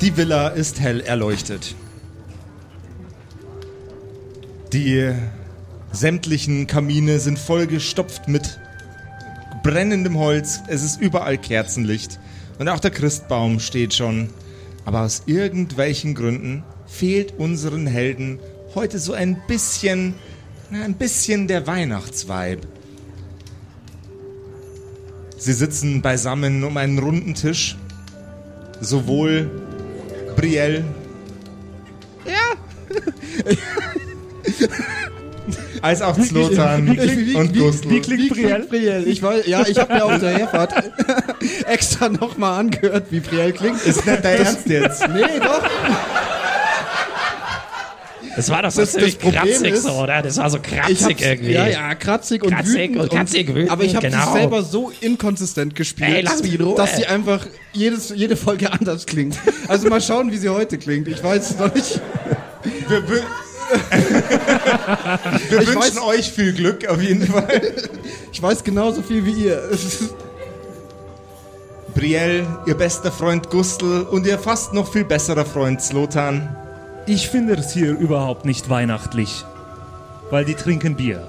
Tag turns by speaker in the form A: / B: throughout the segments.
A: Die Villa ist hell erleuchtet. Die sämtlichen Kamine sind vollgestopft mit brennendem Holz. Es ist überall Kerzenlicht. Und auch der Christbaum steht schon. Aber aus irgendwelchen Gründen fehlt unseren Helden heute so ein bisschen, na, ein bisschen der Weihnachtsvibe. Sie sitzen beisammen um einen runden Tisch. Sowohl Brielle. Ja! als auch Zlotan und
B: Wie
A: Gustl.
B: klingt Brielle?
C: Priel, ich weiß, ja, ich habe mir auf der Herfahrt extra nochmal angehört, wie Priel klingt.
A: Ist nicht dein Ernst jetzt?
C: Nee, doch.
B: Das war doch so
C: Das- das
B: ziemlich
C: Problem
B: kratzig
C: ist,
B: so, oder? Das war so
C: Ich
B: kratzig
C: hab's,
B: irgendwie.
C: ja, ja, kratzig und
B: Kratzig
C: wütend.
B: und kratzig, wütend,
C: aber ich habe
B: genau.
C: sie selber so inkonsistent gespielt,
B: Ey, lass mich in Ruhe.
C: dass sie einfach jedes, jede Folge anders klingt. Also mal schauen, wie sie heute klingt. Ich weiß es noch nicht.
A: Wir, wün- wir wünschen
C: weiß-
A: euch viel Glück auf jeden Fall.
C: Ich weiß genauso viel wie ihr.
A: Brielle, ihr bester Freund Gustl und ihr fast noch viel besserer Freund Slotan.
D: Ich finde es hier überhaupt nicht weihnachtlich. Weil die trinken Bier.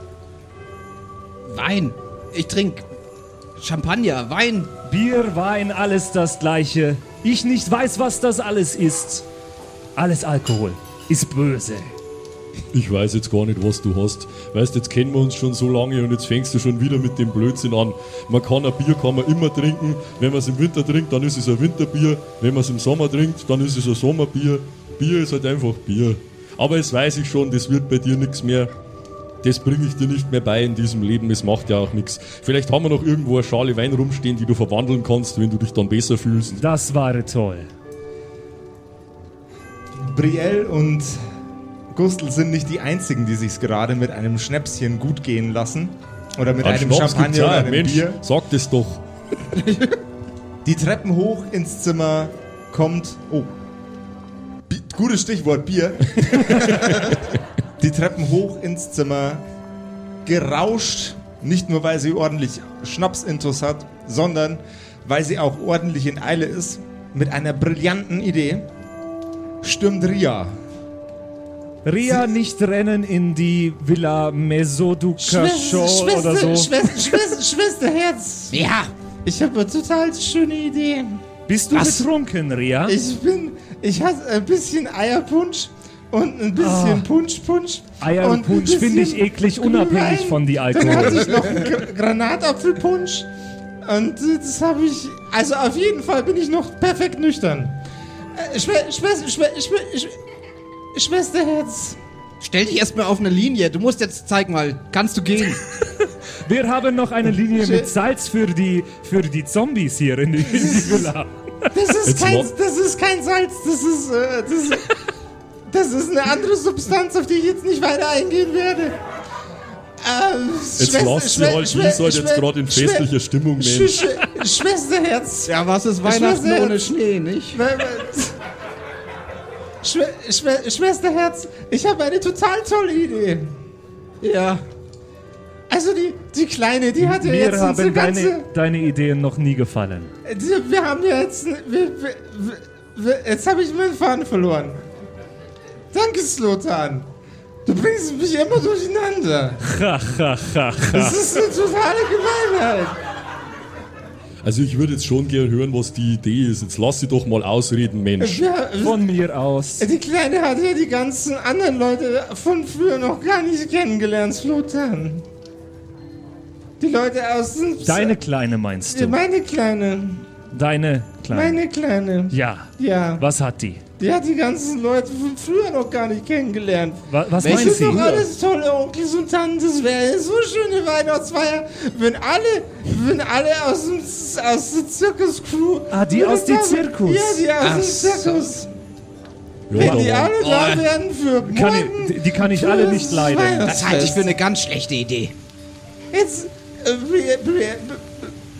C: Wein. Ich trinke Champagner, Wein.
D: Bier, Wein, alles das Gleiche. Ich nicht weiß, was das alles ist. Alles Alkohol ist böse.
E: Ich weiß jetzt gar nicht, was du hast. Weißt, jetzt kennen wir uns schon so lange und jetzt fängst du schon wieder mit dem Blödsinn an. Man kann ein Bier kann man immer trinken. Wenn man es im Winter trinkt, dann ist es ein Winterbier. Wenn man es im Sommer trinkt, dann ist es ein Sommerbier. Bier ist halt einfach Bier. Aber es weiß ich schon, das wird bei dir nichts mehr. Das bringe ich dir nicht mehr bei in diesem Leben, es macht ja auch nichts. Vielleicht haben wir noch irgendwo eine Schale Wein rumstehen, die du verwandeln kannst, wenn du dich dann besser fühlst.
D: Das war toll.
A: Brielle und Gustl sind nicht die einzigen, die sich's gerade mit einem Schnäpschen gut gehen lassen. Oder mit
E: An
A: einem
E: Schnaps gibt's
A: Champagner
E: auch,
A: oder einem
E: Mensch,
A: Bier.
E: sag das doch.
A: Die Treppen hoch ins Zimmer kommt. Oh. Bi gutes Stichwort Bier. die Treppen hoch ins Zimmer gerauscht, nicht nur weil sie ordentlich Schnapsintus hat, sondern weil sie auch ordentlich in Eile ist mit einer brillanten Idee. Stürmt Ria.
D: Ria nicht rennen in die Villa Mesoduca Show oder so.
C: Schwester, Schwester, Schwesterherz.
B: Ja,
C: Ich habe total schöne Ideen.
D: Bist du
B: Was?
D: betrunken, Ria?
A: Ich bin, ich hasse ein bisschen Eierpunsch und ein bisschen Punsch-Punsch.
D: Eier und Punsch Ah. finde ich eklig, unabhängig von die
A: Dann hatte
D: Alkohol.
A: ich noch einen Gr- Granatapfelpunsch. Und äh, das habe ich. Also auf jeden Fall bin ich noch perfekt nüchtern. Äh, Schwe Schwester, Schwe Schwe Schwe- Schwesterherz.
C: Stell dich erstmal auf eine Linie. Du musst jetzt, zeig mal, kannst du gehen?
D: Wir haben noch eine Linie mit Salz für die, für die Zombies hier in die, in die Villa.
A: Das ist,
E: Jetzt
A: kein,
E: lo-
A: das ist kein Salz, das ist. Äh, das, ist das ist eine andere Substanz, auf die ich jetzt nicht weiter eingehen werde. Ähm,
E: Jetzt
A: Schwester-
E: lass sie
A: Schwe-
E: halt,
A: Schwe-
E: die ist halt jetzt
A: Schwe-
E: gerade in
A: Schwe-
E: festlicher Stimmung,
A: Schwe-
E: Mensch.
A: Schwe- Schwesterherz.
C: Ja, was ist
A: Weihnachten ohne
C: Schnee, nicht?
A: Weil- weil- Schwe Schwe Schwesterherz, ich habe eine total tolle Idee.
C: Ja.
A: Also die, die Kleine, die hat ja
D: Mir
A: jetzt unsere
D: haben
A: ganze...
D: deine, deine Ideen noch nie gefallen.
A: Die, wir haben ja jetzt... Wir, wir, wir, jetzt habe ich meinen Faden verloren. Danke, Slotan. Du bringst mich immer durcheinander.
D: Ha, ha, ha, ha.
A: Das ist eine totale Gemeinheit.
E: Also ich würde jetzt schon gern hören, was die Idee ist. Jetzt lass sie doch mal ausreden, Mensch.
A: Wir,
D: Von mir aus.
A: Die Kleine hat ja die ganzen anderen Leute von früher noch gar nicht kennengelernt, Slotan. Die Leute aus dem...
D: Deine Kleine meinst du?
A: Meine Kleine.
D: Deine Kleine.
A: Meine Kleine.
D: Ja.
A: Ja.
D: Was hat die?
A: Die hat die ganzen Leute von früher noch gar nicht kennengelernt.
D: Wa- Was
A: Das
D: meint
A: sind
D: sie?
A: doch alles tolle Onkels und Tantes. Wäre so schöne Weihnachtsfeier, wenn alle, wenn alle aus, dem, aus der Zirkus-Crew.
D: Ah, die aus dem
A: Ja,
D: Zirkus.
A: Ja, die aus
C: Ach
A: dem
C: so.
A: Zirkus.
B: Oh.
E: Ja,
A: Wenn die
E: aber-
A: alle da wären für morgen.
D: Kann ich, die- die kann ich alle nicht leiden.
A: Weihnachts-
B: das halte ich für eine ganz schlechte Idee.
A: Jetzt, äh, Brielle, Brielle,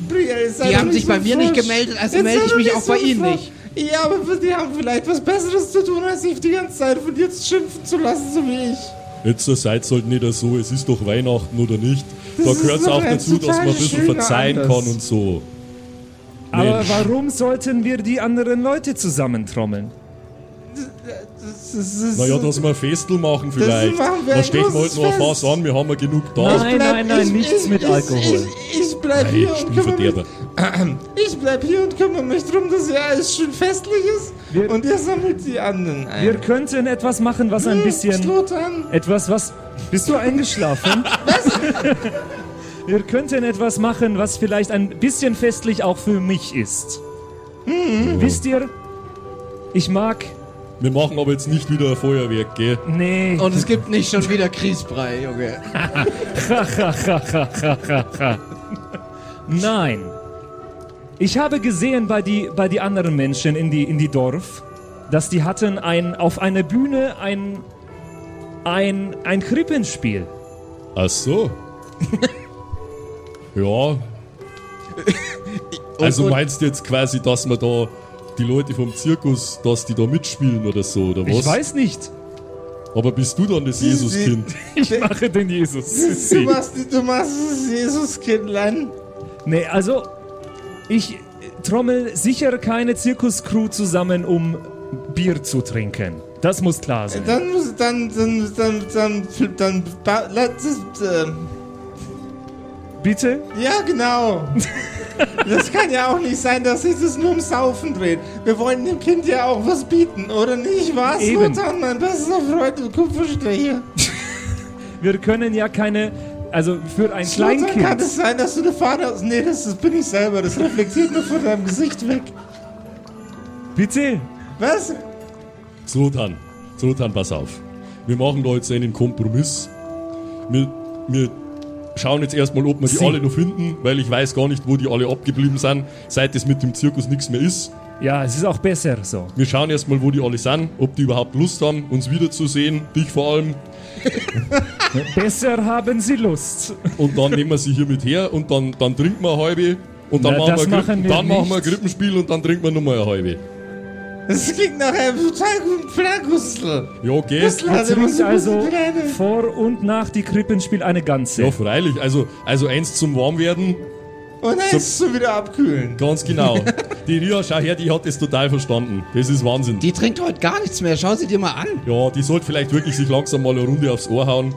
A: Brielle, sei
B: Die
A: doch
B: haben sich
A: so
B: bei mir
A: frisch.
B: nicht gemeldet, also
A: Jetzt
B: melde
A: sei
B: ich
A: doch
B: mich
A: nicht
B: auch bei
A: so
B: Ihnen
A: frisch.
B: nicht.
A: Ja, aber die haben vielleicht was Besseres zu tun, als sich die ganze Zeit von dir schimpfen zu lassen, so wie ich.
E: Jetzt seid halt nicht so, es ist doch Weihnachten oder nicht.
A: Das
E: da
A: ist
E: gehört es
A: doch
E: auch
A: ein
E: dazu, dass man ein
A: total
E: bisschen
A: schöner
E: verzeihen
A: Anlass.
E: kann und so.
D: Aber
E: Mensch.
D: warum sollten wir die anderen Leute zusammentrommeln?
C: Das ist,
E: Naja, dass wir ein Festl machen vielleicht.
C: machen wir
E: Dann
C: ein
E: stechen wir halt
C: großes
E: noch ein Fass
C: Fest.
E: an, wir haben ja genug da.
D: Nein, nein, nein, nichts mit Alkohol.
C: Ich, ich, ich bleib
E: Hey,
C: hier und kümmere mich,
E: Spielverderber.
C: ich bleib hier und kümmere mich drum, dass hier alles schön festlich ist.
D: Wir-
C: und ihr sammelt die anderen ein.
D: Wir könnten etwas machen, was ein bisschen.
C: Slotern.
D: Etwas, was. Bist du eingeschlafen? Wir könnten etwas machen, was vielleicht ein bisschen festlich auch für mich ist. Wisst ihr? Ich mag.
E: Wir machen aber jetzt nicht wieder ein Feuerwerk, gell?
D: Nee.
C: Und es gibt nicht schon wieder Kriegsbrei, Junge.
D: Nein. Ich habe gesehen bei die, bei die anderen Menschen in die, in die Dorf, dass die hatten ein, auf einer Bühne ein, ein, ein Krippenspiel.
E: Ach so. ja. Also meinst du jetzt quasi, dass man da die Leute vom Zirkus, dass die da mitspielen oder so, oder was?
D: Ich weiß nicht.
E: Aber bist du dann das Jesuskind?
D: Ich mache den Jesus.
C: Du machst, du machst das Jesuskindlein.
D: Nee, also ich trommel sicher keine Zirkuscrew zusammen, um Bier zu trinken. Das muss klar sein.
C: Dann muss, dann, dann, dann, dann, dann, dann, ba- lass es, ähm,
D: Bitte?
C: Ja, genau. Das kann ja auch nicht sein, dass sich das nur um Saufen dreht. Wir wollen dem Kind ja auch was bieten, oder nicht? Was?
D: Eben.
C: Mutter, mein bester Freund und Kupferstecher.
D: Wir können ja keine. Also für ein Kleinkind.
C: kann es sein, dass du eine Fahne hast? Nee, das, das bin ich selber. Das reflektiert nur von deinem Gesicht weg.
D: Bitte?
C: Was?
E: Zlotan, Zlotan, pass auf. Wir machen da jetzt einen Kompromiss. Wir, wir schauen jetzt erstmal, ob wir die
D: Sie-
E: alle noch finden, weil ich weiß gar nicht, wo die alle abgeblieben sind, seit es mit dem Zirkus nichts mehr ist.
D: Ja, es ist auch besser so.
E: Wir schauen erstmal, wo die alle sind, ob die überhaupt Lust haben, uns wiederzusehen, dich vor allem.
D: Besser haben sie Lust.
E: Und dann nehmen wir sie hier mit her und dann, dann trinken wir eine halbe. Und dann,
D: Na,
E: machen,
D: das
E: wir
D: machen
E: Grippen,
D: wir
E: dann machen wir ein
D: nicht.
E: Grippenspiel und dann trinken wir nochmal eine halbe.
C: Das klingt nach einem total guten Flagustel.
E: Ja, okay.
D: Wir trinkt also vor und nach die Krippenspiel eine ganze.
E: Ja, freilich. Also, also eins zum Warmwerden,
A: Oh
C: Und dann ist es schon wieder abkühlen.
E: ganz genau. die Ria, schau her, die hat das total verstanden. Das ist Wahnsinn.
B: Die trinkt heute gar nichts mehr. Schau sie dir mal an.
E: Ja, die sollte vielleicht wirklich sich langsam mal eine Runde aufs Ohr hauen.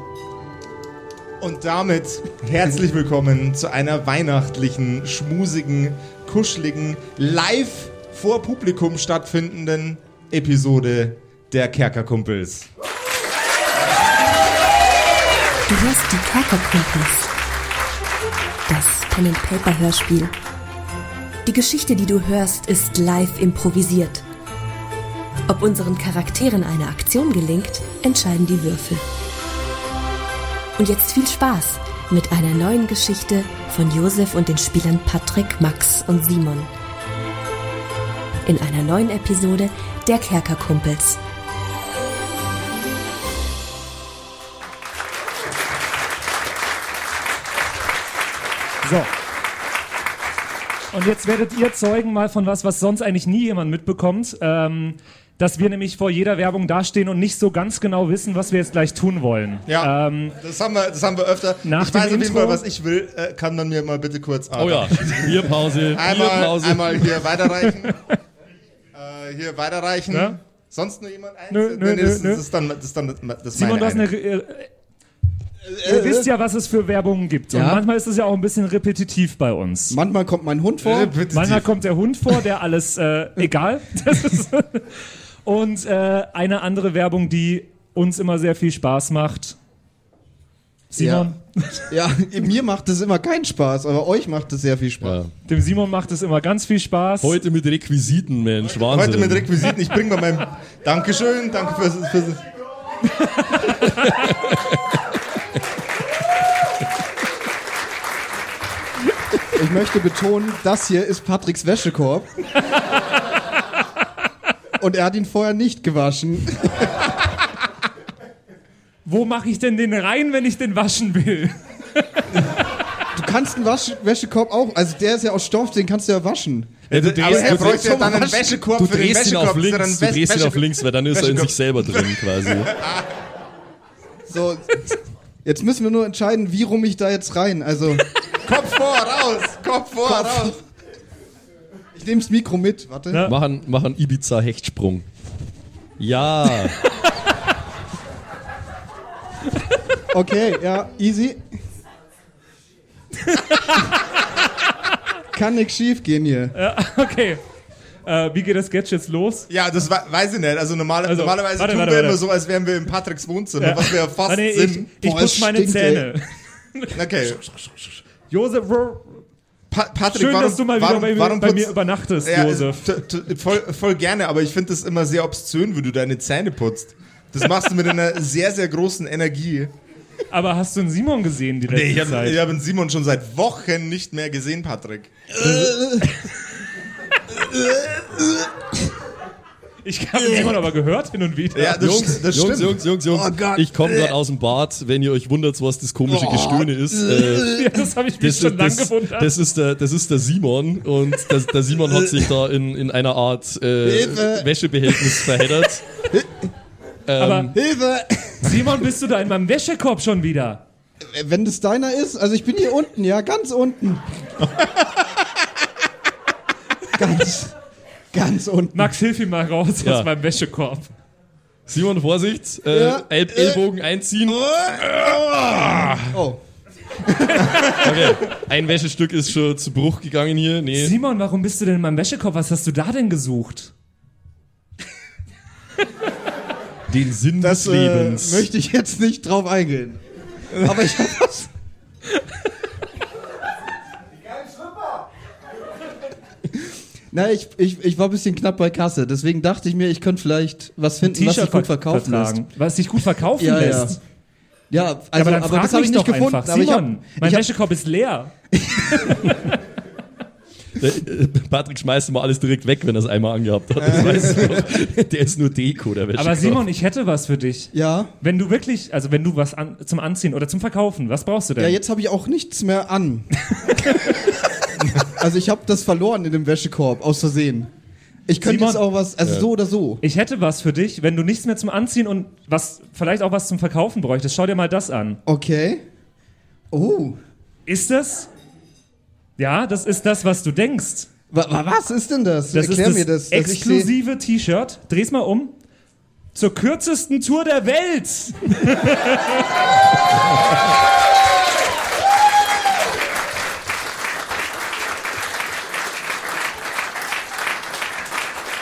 A: Und damit herzlich willkommen zu einer weihnachtlichen, schmusigen, kuscheligen, live vor Publikum stattfindenden Episode der Kerkerkumpels.
F: Du hörst die Kerkerkumpels. Das Pen and Paper Hörspiel. Die Geschichte, die du hörst, ist live improvisiert. Ob unseren Charakteren eine Aktion gelingt, entscheiden die Würfel. Und jetzt viel Spaß mit einer neuen Geschichte von Josef und den Spielern Patrick, Max und Simon. In einer neuen Episode der Kerkerkumpels.
D: So. Und jetzt werdet ihr Zeugen mal von was, was sonst eigentlich nie jemand mitbekommt, ähm, dass wir nämlich vor jeder Werbung dastehen und nicht so ganz genau wissen, was wir jetzt gleich tun wollen.
A: Ja,
D: Ähm,
A: das, haben wir, das haben wir öfter.
D: nach
A: ich
D: dem
A: weiß auf jeden
D: Intro-
A: Fall, was ich will. Äh, kann man mir mal bitte kurz
E: Oh ja, Bierpause,
A: Einmal,
E: Bierpause.
A: einmal hier weiterreichen. äh, hier weiterreichen.
D: Ja.
A: Sonst nur jemand eins?
D: Nö, nö,
A: Nee, nee, das,
D: nö,
A: das ist dann, das ist dann das meine
D: Simon, du hast
A: eine. Äh,
D: eine. Äh, ihr wisst ja, was es für Werbungen gibt. Und
C: Ja.
D: manchmal ist es ja auch ein bisschen repetitiv bei uns.
C: Manchmal kommt mein Hund vor.
A: Repetitiv.
D: Manchmal kommt der Hund vor, der alles äh, egal. Das ist und äh, eine andere Werbung, die uns immer sehr viel Spaß macht. Simon,
C: Ja, mir macht das immer keinen Spaß, aber euch macht das sehr viel Spaß.
E: Ja.
D: dem Simon macht es immer ganz viel Spaß.
E: Heute mit Requisiten, Mensch, Wahnsinn.
A: Heute mit Requisiten. Ich bringe mal mein. Dankeschön, danke fürs. fürs
C: Ich möchte betonen, das hier ist Patricks Wäschekorb. Und er hat ihn vorher nicht gewaschen.
D: Wo mache ich denn den rein, wenn ich den waschen will?
C: Du kannst einen Wasch Wäschekorb auch, also der ist ja aus Stoff, den kannst du ja waschen.
E: Ja, du
A: aber er
E: drehst, du drehst,
A: bräuchte ja dann einen Wäschekorb
E: du
A: für den
E: drehst ihn
A: Wäschekorb.
E: auf
A: ist ja
E: links,
A: dann
E: du drehst ihn
A: Wäsche-
E: auf links, weil dann ist er in
A: Wäschekorb.
E: sich selber drin quasi.
C: So, jetzt müssen wir nur entscheiden, wie rum ich da jetzt rein. Also,
A: Kopf vor, raus! Kopf vor, raus!
C: ich nehme das Mikro mit. Warte.
D: Ja.
E: Mach einen, mach einen Ibiza-Hechtsprung. Ja.
B: Okay, ja, easy. Kann nix schief gehen hier.
D: Okay. Äh, wie geht das Sketch jetzt los?
A: Ja, das we- weiß ich nicht. Also, normal,
D: Also,
A: normalerweise
D: warte,
A: tun
D: warte,
A: wir
D: warte.
A: immer so, als wären wir in Patricks Wohnzimmer, was wir ja fast
D: Ah, nee, ich,
A: sind.
D: ich
B: Boah,
D: putze
B: es
D: meine
B: stinkt, ey.
D: Zähne.
A: Okay.
D: Josef, ro-
A: Pa Patrick,
D: schön,
A: warum,
D: dass du mal wieder
A: warum,
D: bei, mir-
A: warum
D: bei
A: putzt-
D: mir übernachtest,
A: Ja, äh,
D: Josef.
A: t- t- voll, voll gerne, aber ich finde das immer sehr obszön, wie du deine Zähne putzt. Das machst du mit einer sehr, sehr großen Energie.
D: Aber hast du einen Simon gesehen die letzte
A: Ich habe
D: Zeit?
A: ich hab den Simon schon seit Wochen nicht mehr gesehen, Patrick.
D: Ich habe Simon aber gehört hin und wieder.
A: Ja, das,
E: Jungs,
A: das
E: Jungs,
A: stimmt.
E: Jungs, Jungs, Jungs.
B: Oh Gott.
E: ich komme gerade aus dem Bad. Wenn ihr euch wundert, was das komische Gestöhne ist, äh,
D: Ja, das habe ich mich
E: das,
D: schon
E: ist,
D: lang
E: das,
D: gewundert.
E: das, ist der, das ist der Simon und der, der Simon hat sich da in, in einer Art
B: Hilfe.
E: äh, Wäschebehältnis verheddert. ähm,
D: aber
B: Hilfe!
D: Simon, bist du da in meinem Wäschekorb schon wieder?
B: Wenn das deiner ist, also ich bin hier unten, ja, ganz unten. ganz, ganz unten.
D: Max, hilf ihm mal raus
E: Ja.
D: aus meinem Wäschekorb.
E: Simon, Vorsicht, äh,
B: Ja.
E: El Ellbogen einziehen.
B: Oh.
E: Okay. Ein Wäschestück ist schon zu Bruch gegangen hier. Nee.
D: Simon, warum bist du denn in meinem Wäschekorb? Was hast du da denn gesucht?
E: Den Sinn
B: Das
E: des
B: äh,
E: Lebens.
B: möchte ich jetzt nicht drauf eingehen. Aber ich hab was. Na, ich, ich, ich war ein bisschen knapp bei Kasse, deswegen dachte ich mir, ich könnte vielleicht was finden, was sich gut
D: ver-
B: verkaufen lässt.
D: vertragen. Was dich gut verkaufen
B: Ja, ja.
D: lässt.
B: Ja, also, aber,
D: aber dann frag
B: das habe
D: mich
B: ich nicht
D: doch
B: gefunden.
D: einfach.
B: Aber ich
D: Simon,
B: hab,
D: mein
B: ich hab,
D: Wäschekorb ist leer.
E: Der, äh, Patrick schmeißt immer alles direkt weg, wenn er es einmal angehabt hat.
B: Äh.
E: Das weißt du doch. Der ist nur Deko, der Wäschekorb.
D: Aber Simon, ich hätte was für dich.
B: ja,
D: Wenn du wirklich, also wenn du was an, zum Anziehen oder zum Verkaufen, was brauchst du denn?
B: ja, jetzt habe ich auch nichts mehr an. also ich habe das verloren in dem Wäschekorb, aus Versehen. Ich könnte
D: Simon-
B: jetzt auch was, also so oder so.
D: Ich hätte was für dich, wenn du nichts mehr zum Anziehen und was vielleicht auch was zum Verkaufen bräuchtest. Schau dir mal das an.
B: Okay. Oh.
D: Ist das? Ja, das ist das, was du denkst.
B: Wa- wa- was ist denn das?
D: Das
B: Erklär
D: ist
B: mir das. dass ich seh-
D: exklusive T-Shirt. Dreh's mal um. Zur kürzesten Tour der Welt.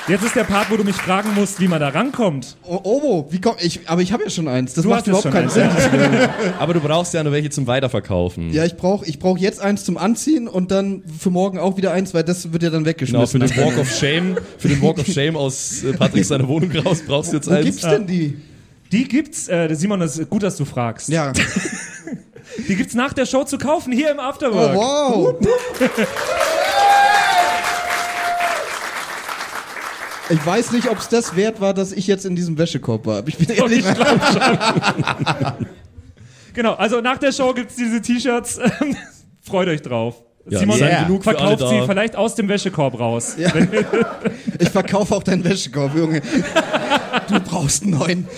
D: Jetzt ist der Part, wo du mich fragen musst, wie man da rankommt.
B: Oh, oh, wie komm, ich, aber ich habe ja schon eins. Das
D: Du
B: macht
D: hast jetzt
B: überhaupt
D: schon
B: keinen
D: eins,
B: Sinn.
D: ja.
E: Aber du brauchst ja noch welche zum Weiterverkaufen.
B: Ja, ich brauche ich brauch jetzt eins zum Anziehen und dann für morgen auch wieder eins, weil das wird ja dann
E: Genau,
B: weggeschmissen.
E: für den Walk of Shame, für den Walk of Shame aus äh, Patrick seiner Wohnung raus brauchst du jetzt
B: Wo
E: eins.
B: gibt's denn die?
D: Die gibt's, äh, Simon, das ist gut, dass du fragst.
B: Ja.
D: Die gibt's nach der Show zu kaufen, hier im Afterwork.
B: Oh, wow. Ich weiß nicht, ob es das wert war, dass ich jetzt in diesem Wäschekorb war. Ich bin ehrlich.
D: Genau, also nach der Show gibt's diese T-Shirts. Ähm, Freut euch drauf.
E: Ja,
D: Simon,
E: die sind
D: yeah.
E: genug für
D: verkauft
E: alle da.
D: sie vielleicht aus dem Wäschekorb raus.
B: Ich verkaufe auch deinen Wäschekorb, Junge. Du brauchst einen neuen.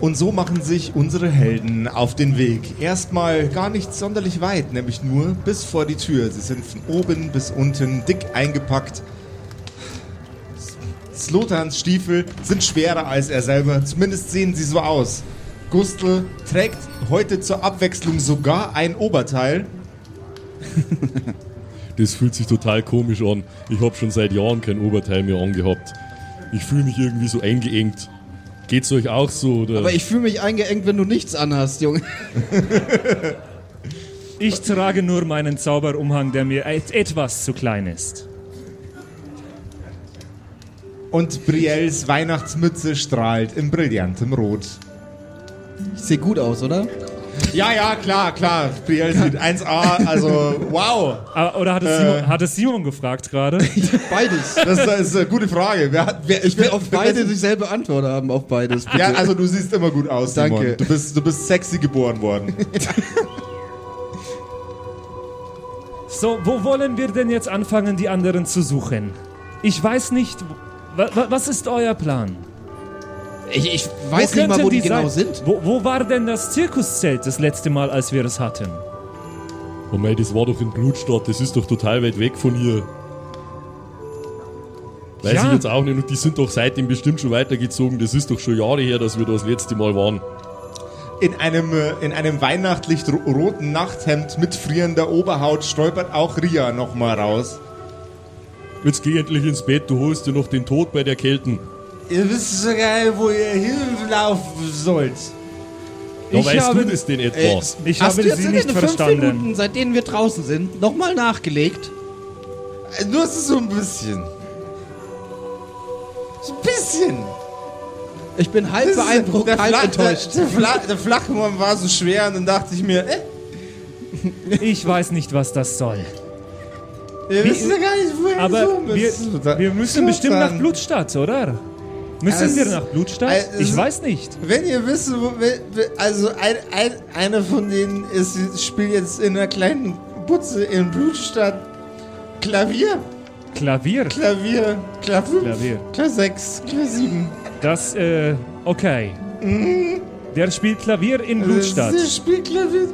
A: Und so machen sich unsere Helden auf den Weg. Erstmal gar nicht sonderlich weit, nämlich nur bis vor die Tür. Sie sind von oben bis unten dick eingepackt. Slotans Stiefel sind schwerer als er selber, zumindest sehen sie so aus. Gustl trägt heute zur Abwechslung sogar ein Oberteil.
E: Das fühlt sich total komisch an. Ich habe schon seit Jahren kein Oberteil mehr angehabt. Ich fühle mich irgendwie so eingeengt. Geht's euch auch so? Oder?
B: Aber ich fühle mich eingeengt, wenn du nichts anhast, Junge.
D: Ich trage nur meinen Zauberumhang, der mir et etwas zu klein ist.
A: Und Brielles Weihnachtsmütze strahlt in brillantem Rot.
B: Ich sehe gut aus, oder?
A: Ja, ja, klar, klar. Brielle sieht 1A, also wow.
D: Aber, Ah, oder hat
B: Äh.
D: es, Simon, hat es Simon gefragt gerade?
B: Beides.
A: Das ist, das ist eine gute Frage. Wer, hat- wer,
B: Ich will auf
A: wer-
B: beide dieselbe Antwort haben, auf beides. Bitte.
A: Ja, also du siehst immer gut aus, Simon.
B: Danke.
A: Du bist, du bist sexy geboren worden.
D: So, wo wollen wir denn jetzt anfangen, die anderen zu suchen? Ich weiß nicht, wa wa was ist euer Plan?
B: ich, ich weiß nicht mal,
D: könnten
B: wo die genau
D: sein?
B: sind.
D: Wo, wo war denn das Zirkuszelt das letzte Mal, als wir es hatten?
E: Oh mei, das war doch in Blutstadt, das ist doch total weit weg von hier. Weiß
D: Ja.
E: ich jetzt auch nicht, und die sind doch seitdem bestimmt schon weitergezogen. Das ist doch schon Jahre her, dass wir da das letzte Mal waren.
G: In einem, äh, in einem weihnachtlich ro- roten Nachthemd mit frierender Oberhaut stolpert auch Ria nochmal raus.
E: Jetzt geh endlich ins Bett, du holst dir noch den Tod bei der Kelten.
A: Ihr wisst so geil, wo ihr hinlaufen sollt.
E: Da
D: Ich
E: weißt
D: habe-
E: du das denn etwa?
D: Ich
B: Hast
D: habe
B: du jetzt
D: sie
B: in
D: nicht
B: den fünf
D: verstanden.
B: Minuten, seit denen wir draußen sind, nochmal nachgelegt?
A: Äh, Nur so ein bisschen. So ein bisschen.
B: Ich bin halb
A: Das ist-
B: beeindruckt,
A: der,
B: halb
A: Fla der,
B: enttäuscht.
A: der, Fla der Flachmann war so schwer und dann dachte ich mir, äh,
D: Ich weiß nicht, was das soll.
A: ihr wisst ja gar nicht, wo ihr
D: Aber
A: hingezogen
D: wir,
A: bist.
D: wir müssen bestimmt
A: Dann-
D: nach Blutstadt, oder? Müssen
A: Es- äh,
D: wir nach Blutstadt?
A: es-
D: Ich weiß nicht.
A: Wenn ihr wisst, wo, we- we- also ein, ein, einer von denen ist, spielt jetzt in einer kleinen Butze in Blutstadt Klavier,
D: Klavier.
A: Klavier, Kla 5,
D: Klavier.
A: Kla 6, Kla 7.
D: Das, äh, okay.
A: Mhm.
D: Der spielt Klavier in Blutstadt.
A: Der spielt Klavier,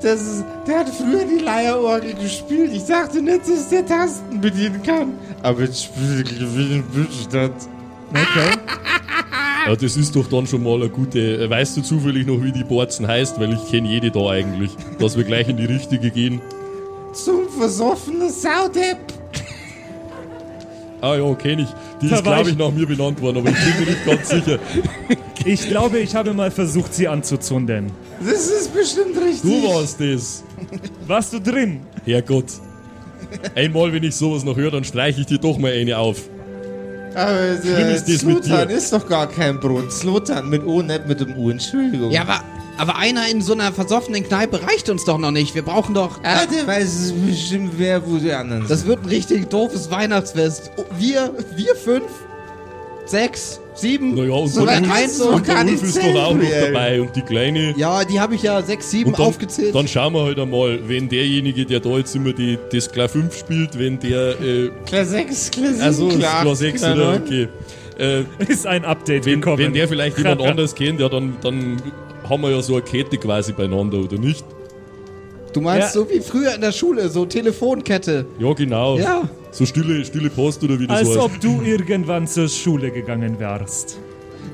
A: das ist, der hat früher die Leierorgel gespielt. Ich dachte nicht, dass der Tasten bedienen kann. Aber jetzt spielt Klavier in Blutstadt.
D: Okay.
E: Ja, das ist doch dann schon mal eine gute. äh, Weißt du zufällig noch, wie die Borzen heißt? Weil ich kenne jede da eigentlich. Dass wir gleich in die richtige gehen.
A: Zum versoffenen Saudepp.
E: Ah ja, kenne ich. Die ist,
D: Verweis-
E: glaube ich, nach mir benannt worden, aber ich bin mir nicht ganz sicher.
D: Ich glaube, ich habe mal versucht, sie anzuzünden.
A: Das ist bestimmt richtig.
E: Du warst das.
D: Warst du drin?
E: Herrgott. Einmal, wenn ich sowas noch höre, dann streiche ich dir doch mal eine auf.
A: Aber
E: Schlimm
A: äh,
E: ist dies mit
A: Slotan
E: dir.
A: ist doch gar kein Brot. Slotan mit O, nicht mit dem U. Entschuldigung.
B: Ja, aber, aber einer in so einer versoffenen Kneipe reicht uns doch noch nicht. Wir brauchen doch. äh,
A: Ah, der weiß es bestimmt, wer wo die anderen sind.
B: Das wird ein richtig doofes Weihnachtsfest. Oh, Wir, wir fünf, sechs, sieben.
E: Naja, und
B: So
E: der
B: weit
E: Ulf-
B: kannst du
E: und
B: doch
E: der
A: gar
E: Ulf
A: nicht
E: ist doch auch noch
A: zählen,
E: dabei. Und die Kleine.
B: Ja, die habe ich ja sechs, sieben
E: Und dann,
B: aufgezählt.
E: dann schauen wir halt einmal, wenn derjenige, der da jetzt immer die, das Klar 5 spielt, wenn der. Äh,
A: Klar 6, Klar 7,
E: also,
A: Klar,
E: Klar
A: acht,
E: 6
A: Klar
E: oder.
A: neun.
E: Okay. Äh,
D: Ist ein Update
E: Wenn,
D: gekommen.
E: wenn der vielleicht jemand anders kennt, ja, dann, dann haben wir ja so eine Kette quasi beieinander, oder nicht?
B: du meinst
D: Ja.
B: so wie früher in der Schule, so Telefonkette.
E: Ja, Also- genau.
B: Ja.
E: So stille, stille Post oder wie das
D: Als
E: heißt.
D: ob du irgendwann zur Schule gegangen wärst.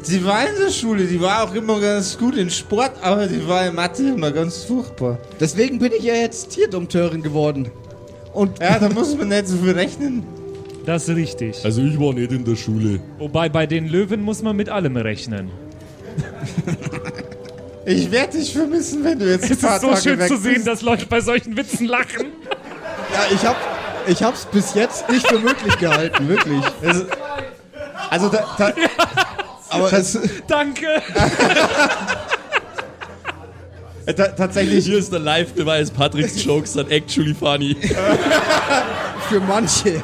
A: Die war in der Schule, die war auch immer ganz gut in Sport, aber die war in Mathe immer ganz furchtbar.
B: Deswegen bin ich ja jetzt Tierdompteurin geworden. Und
A: Ja, da muss man nicht so viel rechnen.
D: Das ist richtig.
E: Also ich war nicht in der Schule.
D: Wobei bei den Löwen muss man mit allem rechnen.
A: Ich werde dich vermissen, wenn du jetzt ein
D: Es
A: paar
D: ist so
A: Tage
D: schön
A: weg
D: zu sehen,
A: bist.
D: dass Leute bei solchen Witzen lachen.
B: ja, ich hab, ich hab's bis jetzt nicht für möglich gehalten, wirklich.
G: Also da, da,
B: Aber es,
D: Danke.
G: äh, ta- tatsächlich
E: Hier ist der Live-Beweis, Patricks Jokes sind actually funny.
B: für manche, ja.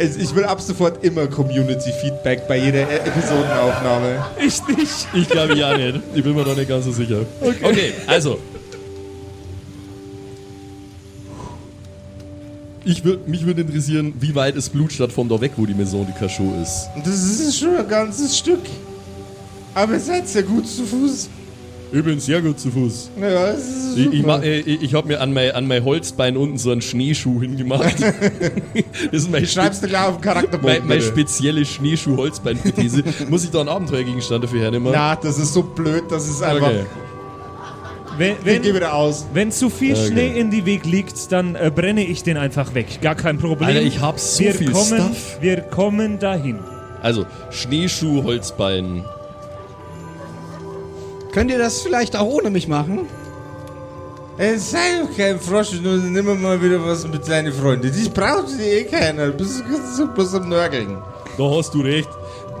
G: Es- Ich will ab sofort immer Community-Feedback bei jeder E- Episodenaufnahme.
D: Ich nicht.
E: Ich glaube ja nicht. Ich bin mir da nicht ganz so sicher. Okay, also. Ich würd, mich würde interessieren, wie weit ist Blutstadt von da weg, wo die Maison de Cachot ist.
A: Das ist schon ein ganzes Stück. Aber ihr seid sehr gut zu Fuß.
E: Ich bin sehr gut zu Fuß.
A: Ja, es ist
E: Ich, ich,
B: Mhm.
E: mach-
A: super.
E: äh, ich, ich habe mir an mein, an mein Holzbein unten so einen Schneeschuh hingemacht. das ist mein, spe
A: Schreibst du gleich auf den Charakterbogen.
E: mein, mein
A: bitte.
E: spezielle Schneeschuh-Holzbeinprothese. Muss ich da einen Abenteuergegenstand dafür hernehmen?
G: Na, das ist so blöd, das ist einfach.
E: Okay.
D: Wenn,
G: Ich geh
D: wenn,
G: wieder aus.
D: wenn zu viel
E: Okay.
D: Schnee in die Weg liegt, dann äh, brenne ich den einfach weg. Gar kein Problem.
E: Alter, ich hab so
D: wir
E: viel
D: kommen,
E: Stuff.
D: Wir kommen dahin.
E: Also, Schneeschuh-Holzbein.
B: Könnt ihr das vielleicht auch ohne mich machen?
A: Es sei doch kein Frosch, nur nimm mir mal wieder was mit deinen Freunden. Die braucht die eh keiner. Du bist du bloß am Nörgeln.
E: Da hast du recht.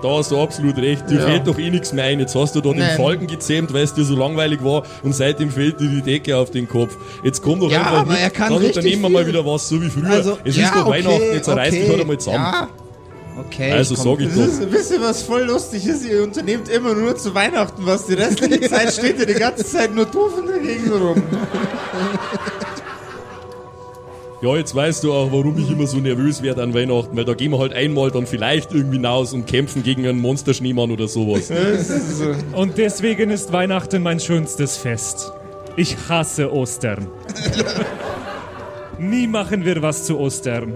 E: Da hast du absolut recht. Dir
A: Ja.
E: fällt doch eh nichts mehr ein. Jetzt hast du da den
A: Nein.
E: Falken gezähmt, weil es dir so langweilig war und seitdem fällt dir die Decke auf den Kopf. Jetzt komm doch
B: Ja,
E: einfach
B: aber
E: mit.
B: er kann
E: dann
B: richtig
E: unternehmen wir mal
B: viel.
E: wieder was, so wie früher.
B: Also,
E: es
B: ja,
E: ist doch
B: okay,
E: Weihnachten, jetzt reiß dich
B: okay.
E: halt einmal zusammen.
A: Ja,
B: Okay.
E: also
B: komm.
E: sag ich
A: das
E: doch.
A: ist, wisst ihr, was voll lustig ist? Ihr unternehmt immer nur zu Weihnachten was. Die restliche Zeit steht ihr die ganze Zeit nur doof in der Gegend rum.
E: Ja, jetzt weißt du auch, warum ich immer so nervös werde an Weihnachten, weil da gehen wir halt einmal dann vielleicht irgendwie hinaus und kämpfen gegen einen Monsterschneemann oder sowas.
D: Und deswegen ist Weihnachten mein schönstes Fest. Ich hasse Ostern. nie machen wir was zu Ostern.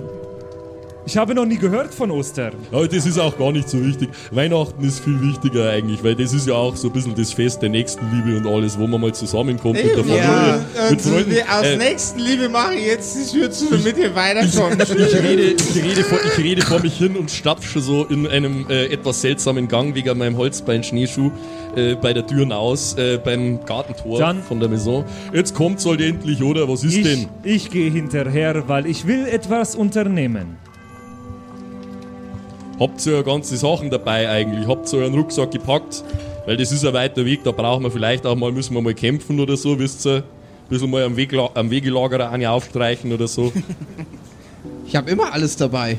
D: Ich habe noch nie gehört von Ostern.
E: Aber das ist auch gar nicht so wichtig. Weihnachten ist viel wichtiger eigentlich, weil das ist ja auch so ein bisschen das Fest der Nächstenliebe und alles, wo man mal zusammenkommt mit der Familie,
A: Ähm,
E: mit
A: Also,
C: und
E: Freunden.
C: wir aus
E: Äh,
C: Nächstenliebe machen jetzt die Tür zu, damit ihr weiterkommt.
E: Ich rede, ich, rede vor, ich rede vor mich hin und stapfe so in einem äh, etwas seltsamen Gang wegen meinem Holzbein-Schneeschuh äh, bei der Tür hinaus, äh, beim Gartentor
D: Dann-
E: von der Maison. Jetzt kommt's halt endlich, oder? Was ist
D: Ich,
E: denn?
D: ich gehe hinterher, weil ich will etwas unternehmen.
E: Habt ihr ja ganze Sachen dabei eigentlich? Habt ihr euren Rucksack gepackt? Weil das ist ein weiter Weg, da brauchen wir vielleicht auch mal, müssen wir mal kämpfen oder so, wisst ihr? Ein bisschen mal am, Wegla am Wegelagerer eine aufstreichen oder so.
B: Ich habe immer alles dabei.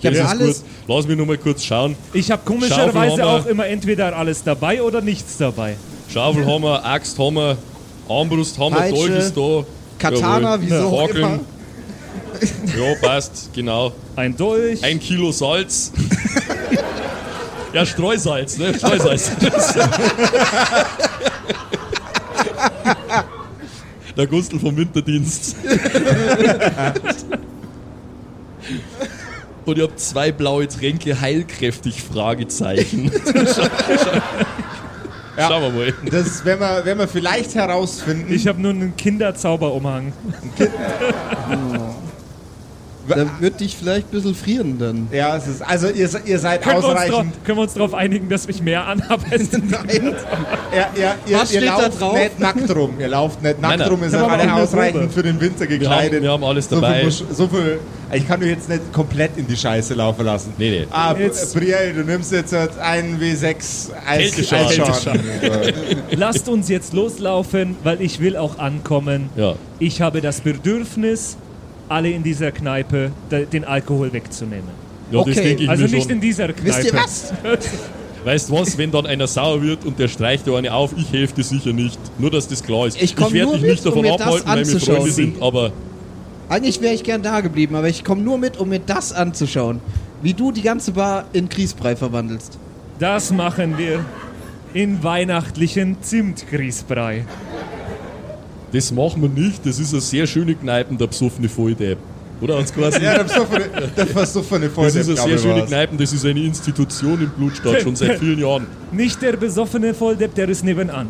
B: Ich habe
E: Das ist
B: alles.
E: gut. Lass mich nur mal kurz schauen.
D: Ich habe
E: Schaufel
D: komischerweise
E: haben wir.
D: auch immer entweder alles dabei oder nichts dabei.
E: Schaufelhammer, Axthammer, Armbrusthammer,
B: Peitsche,
E: Dolch ist da.
B: Katana,
E: Jawohl.
B: wieso auch
E: Hakeln.
B: immer.
E: Ja, passt, genau.
D: Ein Dolch.
E: Ein Kilo Salz. ja, Streusalz, ne? Streusalz. Der Gustl vom Winterdienst. Und ihr habt zwei blaue Tränke heilkräftig Fragezeichen. Schau, schau, Schauen wir mal.
C: Das werden wir, werden wir vielleicht herausfinden.
D: Ich habe nur einen Kinderzauberumhang.
B: Da wird dich vielleicht ein bisschen frieren dann.
C: ja, es ist, also ihr, se- ihr seid
D: Können wir, uns drauf,
C: ausreichend.
D: können wir uns darauf einigen, dass ich mehr anhabe als den
C: Ja, ja, ihr,
B: Was
C: ihr
B: steht da
C: lauft
B: drauf?
C: nicht nackt rum. Ihr lauft nicht nackt
E: Nein,
C: rum, ihr
E: nein.
C: seid
D: haben
C: alle
D: auch eine
C: ausreichend
D: Robe.
C: für den Winter
E: Wir haben,
C: gekleidet.
E: wir haben alles
C: so, viel
E: dabei.
C: muss, so viel. Ich kann dich jetzt nicht komplett in die Scheiße laufen lassen.
E: Nee, nee.
C: Ah, B-
D: Jetzt-
C: Brielle, du nimmst jetzt halt einen W6 Eis-
E: Kälteschaden.
C: Eisschaden.
D: Lasst uns jetzt loslaufen, weil ich will auch ankommen.
E: Ja.
D: Ich habe das Bedürfnis, alle in dieser Kneipe de- den Alkohol wegzunehmen.
E: Ja,
B: Okay,
E: das denke ich
D: also
E: mir
D: nicht
E: schon.
D: in dieser Kneipe.
B: Wisst ihr was?
E: Weißt was, wenn dann einer sauer wird und der streicht dir eine auf, ich helfe dir sicher nicht. Nur, dass das klar ist.
B: Ich komm
E: werd
B: nur
E: dich
B: mit,
E: nicht
B: um
E: davon
B: mir das
E: abhalten, weil wir
B: anzuschauen.
E: Freunde sind, aber
B: Eigentlich wäre ich gern da geblieben, aber ich komme nur mit, um mir das anzuschauen. Wie du die ganze Bar in Grießbrei verwandelst.
D: Das machen wir in weihnachtlichen Zimtgrießbrei.
E: das machen wir nicht. Das ist eine sehr schöne Kneipe, der besoffene Volldepp. Oder hat's geheißen?
C: ja, der besoffene- der versuffene Freund.
E: Das ist eine
C: glaube
E: sehr
C: ich,
E: schöne
C: war's.
E: Kneipe, das ist eine Institution in Blutstadt, schon seit vielen Jahren.
D: Nicht der besoffene Volldepp, der ist nebenan.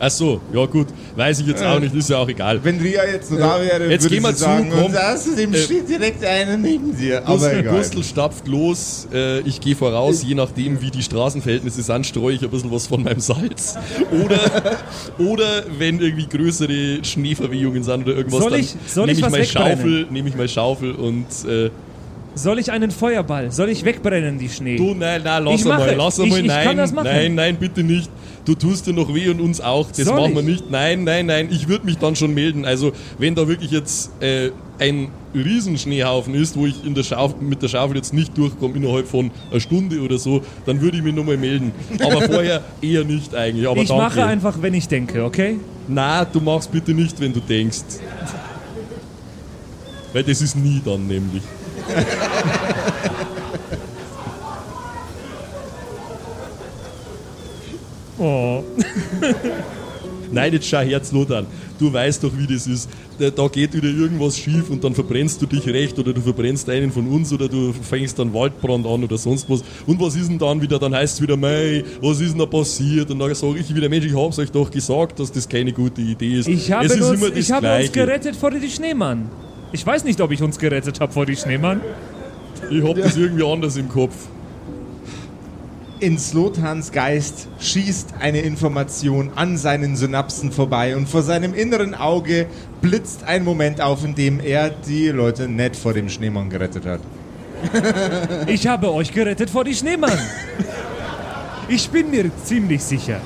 E: Ach so, ja gut, weiß ich jetzt auch nicht, ist ja auch egal.
C: Wenn Ria jetzt nur da wäre,
E: jetzt
C: würde
E: geh mal
C: sie sagen,
E: zu, komm.
C: und außerdem
E: Äh,
C: steht direkt einer neben
D: Äh,
C: dir. Aber
E: Gustl,
C: egal.
E: Gustl stapft los, äh, ich gehe voraus, je nachdem wie die Straßenverhältnisse sind, streue ich ein bisschen was von meinem Salz. Oder, oder wenn irgendwie größere Schneeverwehungen sind oder irgendwas,
D: Soll
E: dann
D: ich- soll
E: nehme
D: ich
E: ich,
D: was
E: meine
D: wegbrennen?
E: Schaufel, nehme ich meine Schaufel und äh,
D: Soll ich einen Feuerball? Soll ich wegbrennen, die Schnee?
E: du, nein, nein, lass
D: Ich
E: einmal,
D: mache-
E: lass
D: ich-
E: einmal,
D: ich
E: nein,
D: kann das machen.
E: nein, nein, bitte nicht. Du tust dir noch weh und uns auch, das
D: Soll
E: machen wir
D: ich?
E: nicht. Nein, nein, nein, ich würde mich dann schon melden. Also wenn da wirklich jetzt äh, ein Riesenschneehaufen ist, wo ich in der Schaufel, mit der Schaufel jetzt nicht durchkomme innerhalb von einer Stunde oder so, dann würde ich mich nochmal melden. Aber vorher eher nicht eigentlich. Aber
D: ich
E: danke.
D: mache einfach, wenn ich denke, okay?
E: Na, du machst bitte nicht, wenn du denkst. Weil das ist nie dann nämlich.
D: Oh.
E: Nein, jetzt schau Herz not an. Du weißt doch, wie das ist. Da, da geht wieder irgendwas schief und dann verbrennst du dich recht oder du verbrennst einen von uns oder du fängst dann Waldbrand an oder sonst was. Und was ist denn dann wieder? Dann heißt es wieder, mei, was ist denn da passiert? Und dann sage ich wieder, Mensch, ich hab's euch doch gesagt, dass das keine gute Idee ist.
D: Ich habe,
E: es ist
D: uns,
E: immer das
D: ich habe uns
E: Gleiche.
D: gerettet vor die Schneemann. Ich weiß nicht, ob ich uns gerettet habe vor die Schneemann.
E: ich hab das irgendwie anders im Kopf.
C: In Slotans Geist schießt eine Information an seinen Synapsen vorbei und vor seinem inneren Auge blitzt ein Moment auf, in dem er die Leute nett vor dem Schneemann gerettet hat.
D: Ich habe euch gerettet vor die Schneemann. Ich bin mir ziemlich sicher.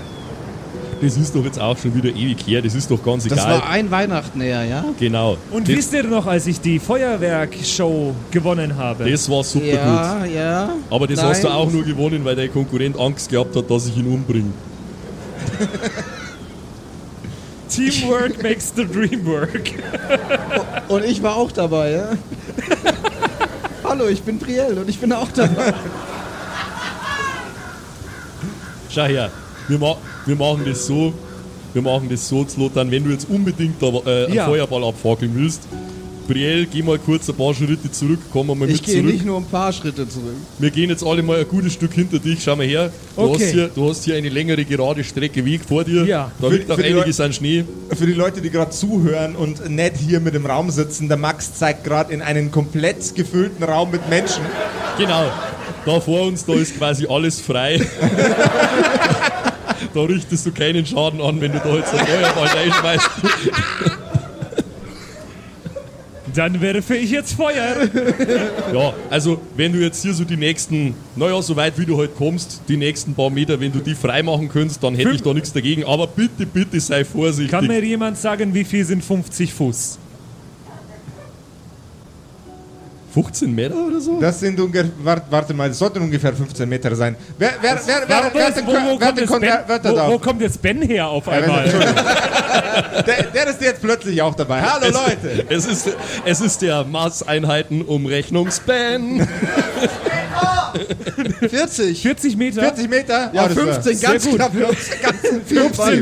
E: Das ist doch jetzt auch schon wieder ewig her, das ist doch ganz
B: Das
E: egal.
B: war ein Weihnachten eher, ja?
E: genau.
D: Und
E: das,
D: wisst ihr noch, als ich die Feuerwerkshow gewonnen habe?
E: das war super gut.
B: Ja, ja.
E: Aber das hast du
B: Nein.
E: auch nur gewonnen, weil dein Konkurrent Angst gehabt hat, dass ich ihn umbringe.
D: Teamwork makes the dream work.
B: Und ich war auch dabei, ja? Hallo, ich bin Brielle und ich bin auch dabei.
E: Schau her, wir, ma wir machen das so. Wir machen das so, Zlotan, wenn du jetzt unbedingt da, äh, einen
D: Ja.
E: Feuerball abfackeln willst. Brielle, geh mal kurz ein paar Schritte zurück, komm mal mit
B: Ich gehe
E: zurück.
B: nicht nur ein paar Schritte zurück.
E: Wir gehen jetzt alle mal ein gutes Stück hinter dich, schau mal her. Du,
D: Okay.
E: hast, hier, du hast hier eine längere gerade Strecke Weg vor dir.
D: Ja.
E: Da
A: Für-
E: liegt auch
A: für die
E: einiges an Schnee.
A: Für die Leute, die gerade zuhören und nicht hier mit im Raum sitzen, der Max zeigt gerade in einen komplett gefüllten Raum mit Menschen.
E: Genau. Da vor uns, da ist quasi alles frei. da richtest du keinen Schaden an, wenn du da jetzt einen Feuerball reinschmeißt.
D: Dann werfe ich jetzt Feuer.
E: Ja, also wenn du jetzt hier so die nächsten, naja, so weit wie du heute kommst, die nächsten paar Meter, wenn du die frei machen könntest, dann hätte ich da nichts dagegen. Aber bitte, bitte sei vorsichtig.
D: Kann mir jemand sagen, wie viel sind 50 Fuß?
E: 15 Meter oder so?
A: Das sind ungefähr, warte mal, das sollten ungefähr 15 Meter sein. Wer, wer, wer, wer, wer, hat den
D: wo, wo,
A: Kon- wer hat den Kon- wer
D: kommt jetzt ben,
A: hat das
D: wo, wo
A: auf?
D: kommt jetzt Ben her auf
A: Ja, wer-
D: einmal?
A: Entschuldigung. Der, der ist jetzt plötzlich auch dabei. Hallo Leute!
E: Es ist, es ist der Maßeinheitenumrechnungsban.
B: 40.
D: 40 Meter?
A: 40 Meter?
B: Ja,
A: Ah, das war-
B: 15,
A: sehr
B: ganz
A: gut.
B: knapp.
D: 15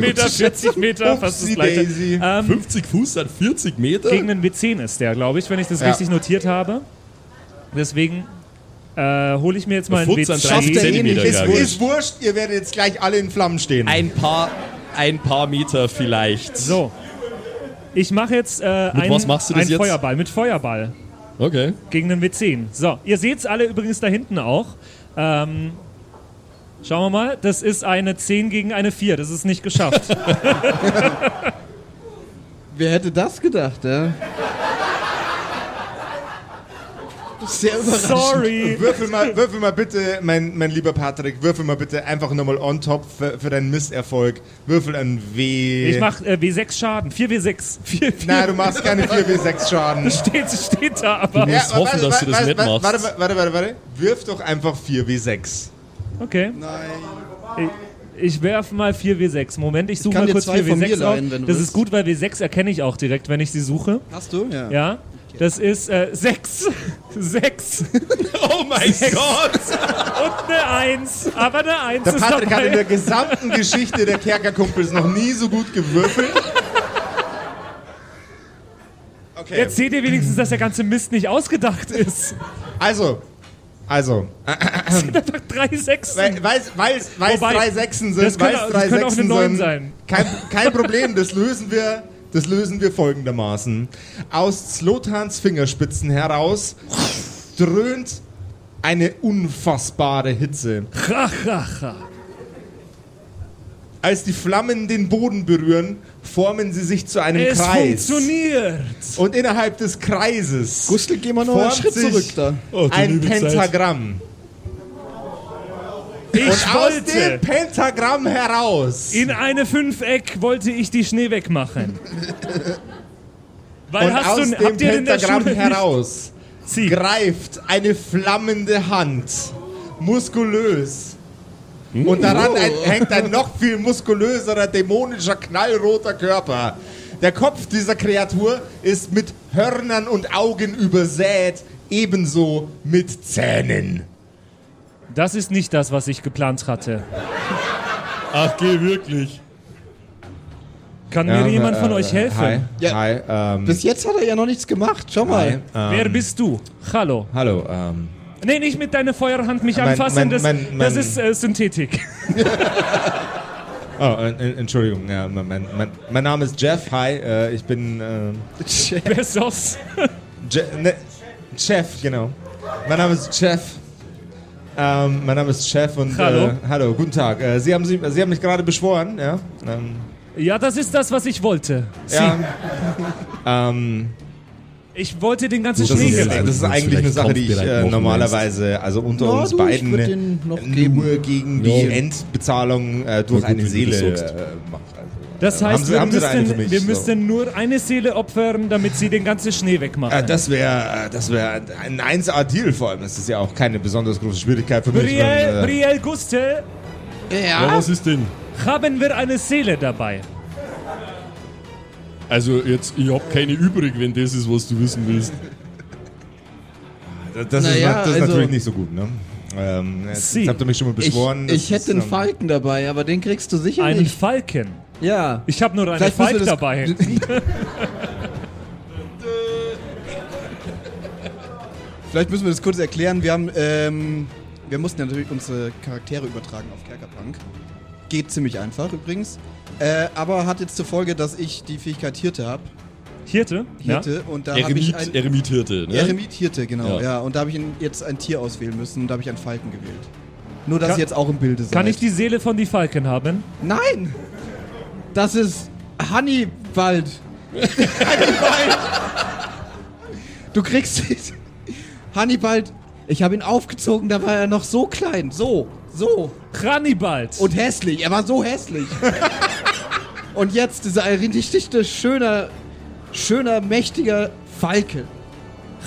D: Meter, 40 Meter, fast das
A: Upsi
D: gleiche.
A: Daisy.
D: Ähm,
E: 50 Fuß hat 40 Meter.
D: gegen den W10 ist der, glaube ich, wenn ich das
A: Ja.
D: richtig notiert habe. Deswegen äh, hole ich mir jetzt mal einen
E: Futz an 30
D: W10.
E: Zentimeter,
A: Ist,
E: glaube ich.
A: ist wurscht, ihr werdet jetzt gleich alle in Flammen stehen.
E: Ein paar, ein paar Meter vielleicht.
D: So. Ich mache jetzt äh, einen,
E: was machst du das
D: einen
E: jetzt?
D: Feuerball, mit Feuerball
E: Okay.
D: gegen den W10. So, ihr seht es alle übrigens da hinten auch. Ähm, schauen wir mal, das ist eine 10 gegen eine 4, das ist nicht geschafft.
B: Wer hätte das gedacht, ja? Sehr überraschend.
D: Sorry.
A: Würfel mal, würfel mal bitte, mein, mein lieber Patrick, würfel mal bitte einfach nochmal on top für, für deinen Misserfolg. Würfel ein W.
D: Ich mache äh, W6 Schaden, 4 W6. 4, 4.
A: Nein, du machst keine 4W6 Schaden.
D: Steht, steht da, aber.
E: Du musst
A: aber
E: hoffen, dass du das nicht
A: warte,
E: machst.
A: warte, warte, warte, warte, warte. Wirf doch einfach 4W6.
D: Okay. Ich, ich werfe mal 4W6. Moment, ich suche
B: kann
D: mal
B: dir
D: kurz
B: zwei von mir
D: 4W6
B: leihen, wenn du
D: auf. Das
B: willst.
D: ist gut, weil W6 erkenne ich auch direkt, wenn ich sie suche.
B: Hast du? Ja.
D: Ja. Das ist äh, 6. 6.
E: Oh mein Gott!
D: Und eine 1. Aber eine 1
A: Der
D: ist
A: Patrick hat in der
D: dabei.
A: gesamten Geschichte der Kerkerkumpels noch nie so gut gewürfelt. Okay.
D: Jetzt seht ihr wenigstens, dass der ganze Mist nicht ausgedacht ist.
A: Also, also,
D: Es sind einfach drei Sechsen.
A: weil es
D: Wobei,
A: drei Sechsen
D: das
A: sind,
D: können
A: weil
D: auch-
A: es
D: das
A: drei
D: können auch eine
A: Sechsen
D: Neun
A: sind,
D: sein.
A: Kein, kein Problem, das lösen wir, das lösen wir folgendermaßen. Aus Slotans Fingerspitzen heraus dröhnt eine unfassbare Hitze. Als die Flammen den Boden berühren, formen sie sich zu einem
D: Es
A: Kreis.
D: funktioniert.
A: Und innerhalb des Kreises
B: Gustl, geh mal noch einen
A: formt
B: Schritt
A: sich
B: zurück da.
E: Oh, du
A: ein
E: liebe Zeit.
A: Pentagramm.
D: Ich
A: Und aus
D: wollte
A: dem Pentagramm heraus
D: in eine Fünfeck wollte ich die Schnee wegmachen. Weil
A: und
D: hast
A: aus
D: du,
A: dem
D: habt ihr denn in der
A: Pentagramm
D: Schule
A: heraus
D: Sie.
A: greift eine flammende Hand, muskulös.
D: Hm?
A: Und
D: Oh.
A: daran ein, hängt ein noch viel muskulöserer, dämonischer, knallroter Körper. Der Kopf dieser Kreatur ist mit Hörnern und Augen übersät, ebenso mit Zähnen.
D: Das ist nicht das, was ich geplant hatte.
E: Ach, geh wirklich.
D: Kann mir
A: äh,
D: jemand von euch helfen?
A: Ähm.
B: Ja.
A: Hi, äh,
B: Bis jetzt hat er ja noch nichts gemacht. Schau mal.
D: Wer bist du? Hallo.
A: hallo, ähm,
D: Nee, nicht mit deiner Feuerhand mich
A: Mein-
D: anfassen,
A: mein- mein-
D: das,
A: mein-
D: das ist äh, Synthetik.
A: Oh, en- en- Entschuldigung, ja, mein, mein, mein, mein Name ist Jeff, hi, äh, ich bin äh,
D: Bessos.
A: Je ne, Jeff, genau. Mein Name ist Jeff. Ähm, mein Name ist Jeff und
D: Hallo.
A: Äh, hallo, guten Tag. Äh, Sie, haben, Sie, Sie haben mich gerade beschworen, ja? Ähm,
D: Ja, das ist das, was ich wollte.
A: ja. ähm,
D: Ich wollte den ganzen
A: das,
D: Schnee
A: ist, äh,
D: weg.
A: das ist eigentlich eine Sache, die ich äh, normalerweise, also unter
B: Na,
A: uns
B: du, ich
A: beiden, äh,
B: würd den noch
A: nur
B: geben.
A: gegen die
E: Ja.
A: Endbezahlung äh, durch eine
E: Na gut, wenn du das
A: Seele äh,
E: sagst.
A: macht. Also,
D: Das
A: äh,
D: heißt,
A: haben Sie,
D: wir,
A: haben Sie da eine für
D: müssten,
A: mich?
D: wir
A: So.
D: müssten nur eine Seele opfern, damit sie den ganzen Schnee
A: Äh,
D: wegmachen.
A: Das wäre das wär ein 1A-Deal vor allem. Das ist ja auch keine besonders große Schwierigkeit für mich.
D: Brielle,
A: wenn, äh,
D: Brielle Guste,
E: Ja, was ist denn?
D: haben wir eine Seele dabei?
E: Also jetzt, ich hab keine übrig, wenn das ist, was du wissen willst.
A: Das, das ist,
B: Naja,
A: na- das ist
B: also-
A: natürlich nicht so gut, ne? Ähm, jetzt,
D: Sie.
A: jetzt habt ihr mich schon mal
B: Ich,
A: beschworen. das
B: ich hätte
A: ist,
B: einen
A: ähm,
B: Falken dabei, aber den kriegst du sicher
D: Einen
B: nicht.
D: Falken.
B: Ja.
D: Ich habe nur einen
B: Vielleicht müssen
D: Falk
B: wir das-
D: dabei.
B: Vielleicht müssen wir das kurz erklären. Wir haben, ähm, wir mussten ja natürlich unsere Charaktere übertragen auf Kerkerpunk. Geht ziemlich einfach übrigens. Äh, aber hat jetzt zur Folge, dass ich die Fähigkeit Hirte habe.
D: Hirte? Ja.
B: Hirte und da habe ich
E: Eremit,
B: ein
E: Eremithirte, ne?
B: Eremit Hirte, genau.
E: Ja.
B: Ja. und da habe ich ein- jetzt ein Tier auswählen müssen und da habe ich einen Falken gewählt. Nur, dass
D: Kann-
B: ihr jetzt auch im Bilde seid.
D: Kann ich die Seele von die Falken haben?
B: Nein! Das ist Hannibald. Hannibald! Du kriegst es. Hannibald, ich habe ihn aufgezogen, da war er noch so klein. So, so.
D: Hannibald.
B: Und hässlich. Er war so hässlich. Und jetzt ist er ein richtig dichter, schöner, schöner, mächtiger Falke.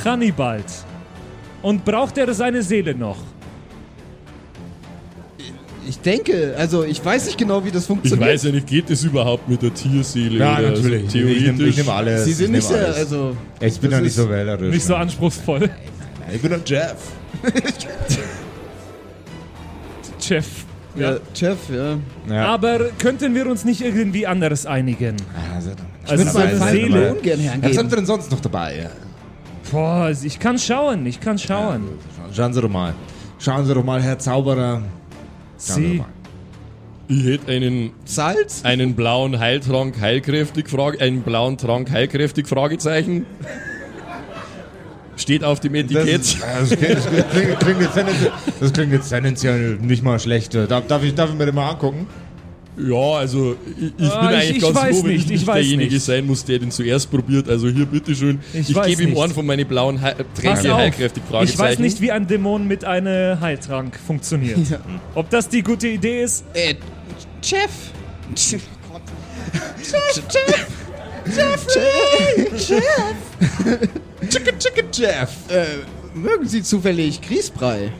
D: Hannibald. Und braucht er seine Seele noch?
B: Ich denke, also ich weiß nicht genau, wie das
E: Ich
B: funktioniert.
E: weiß ja nicht, geht das überhaupt mit der Tierseele?
A: Ja,
E: oder?
A: natürlich.
E: Also,
A: ich nehme
E: theoretisch.
A: nehm alles.
B: Sie sind
A: ich
B: nicht
A: nehm
B: sehr,
A: alles.
B: also
A: Ich bin
B: das
A: doch nicht
B: ist-
A: so wählerisch.
D: Nicht so
A: ne?
D: anspruchsvoll.
A: Ich bin doch Jeff.
D: Chef.
B: ja.
D: Ja.
B: Chef, ja.
A: Ja.
D: Aber könnten wir uns nicht irgendwie anders einigen?
B: Ah,
A: Also,
D: Also
B: Würde
D: so eine
B: meine Seele
D: Seele.
B: ungern
A: Was habt
B: hergeben.
A: ihr denn sonst noch dabei?
D: Boah, also ich kann schauen, ich kann schauen.
A: Schauen Sie doch mal. Schauen Sie doch mal, Herr Zauberer. Schauen Sie
D: Sie,
A: doch mal.
E: Ich hätte einen,
B: Salz?
E: einen blauen Heiltrank heilkräftig, Frage, einen blauen Trank heilkräftig, Fragezeichen. Steht auf dem
A: Das,
E: Etikett.
A: das, klingt, das, klingt, klingt jetzt tendenziell- das klingt jetzt tendenziell nicht mal schlecht. Äh, Darf, darf, ich, darf ich mir den mal angucken?
E: Ja, also ich, ich
D: Ah,
E: bin
D: ich-
E: eigentlich
D: ich
E: ganz
D: weiß
E: froh, wenn
D: nicht,
E: ich
D: ich
E: nicht
D: weiß
E: derjenige
D: nicht.
E: sein muss, der den zuerst probiert. Also hier, bitteschön.
D: Ich
E: Ich,
D: weiß
E: gebe ihm
D: nicht.
E: einen von meinen blauen He
D: pass
E: Tränke
D: auf.
E: heilkräftig, Fragezeichen.
D: Ich weiß nicht, wie ein Dämon mit einem Heiltrank funktioniert. Ob das die gute Idee ist?
B: Äh, Chef. Chef, oh Chef, Chef, Jeffrey, Chef.
A: Chicken, chicken, Jeff.
B: Äh, mögen Sie zufällig Grießbrei?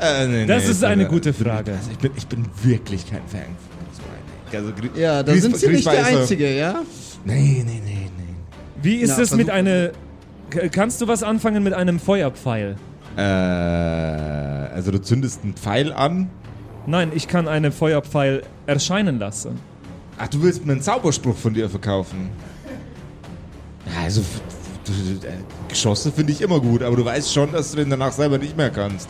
A: Äh, nee,
D: Das
A: nee,
D: ist
A: ich bin-
D: eine gute Frage.
A: Also ich bin, ich bin wirklich kein Fan von so einem. also, Gri-
B: Ja, da
A: Grieß-
B: sind Sie nicht der
A: Grießbeißer.
B: Einzige, ja?
A: Nee, nee, nee, nee.
D: Wie ist
B: Na,
D: es mit
B: versuch-
D: einer. K- Kannst du was anfangen mit einem Feuerpfeil?
A: Äh, also du zündest einen Pfeil an.
D: Nein, ich kann einen Feuerpfeil erscheinen lassen.
A: Ach, du willst mir einen Zauberspruch von dir verkaufen. Ja, Also f- f- d- d- äh, Geschosse finde ich immer gut, aber du weißt schon, dass du den danach selber nicht mehr kannst.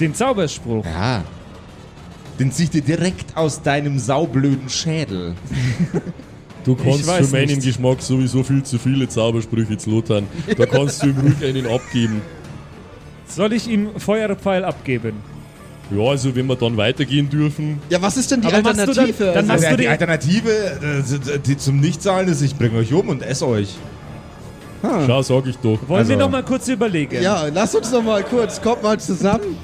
D: Den Zauberspruch.
A: Ja. Den zieh ich dir direkt aus deinem saublöden Schädel.
E: Du kannst
D: Ich weiß
E: für meinen
D: nicht.
E: Geschmack sowieso viel zu viele Zaubersprüche zu Lothar. Da kannst du ihm ruhig einen abgeben.
D: Soll ich ihm Feuerpfeil abgeben?
E: Ja, also wenn wir dann weitergehen dürfen.
B: Ja, was ist denn die
D: Aber machst du dann-
B: Alternative?
D: dann
B: also,
D: machst-
A: Also
D: du
A: die
D: den-
A: Alternative äh, die zum Nichtzahlen ist, ich bringe euch um und esse euch.
D: Ah.
E: Schau, sag ich doch.
D: Wollen wir
A: Also-
D: noch mal kurz überlegen?
B: ja, lass uns noch mal kurz, kommt mal zusammen.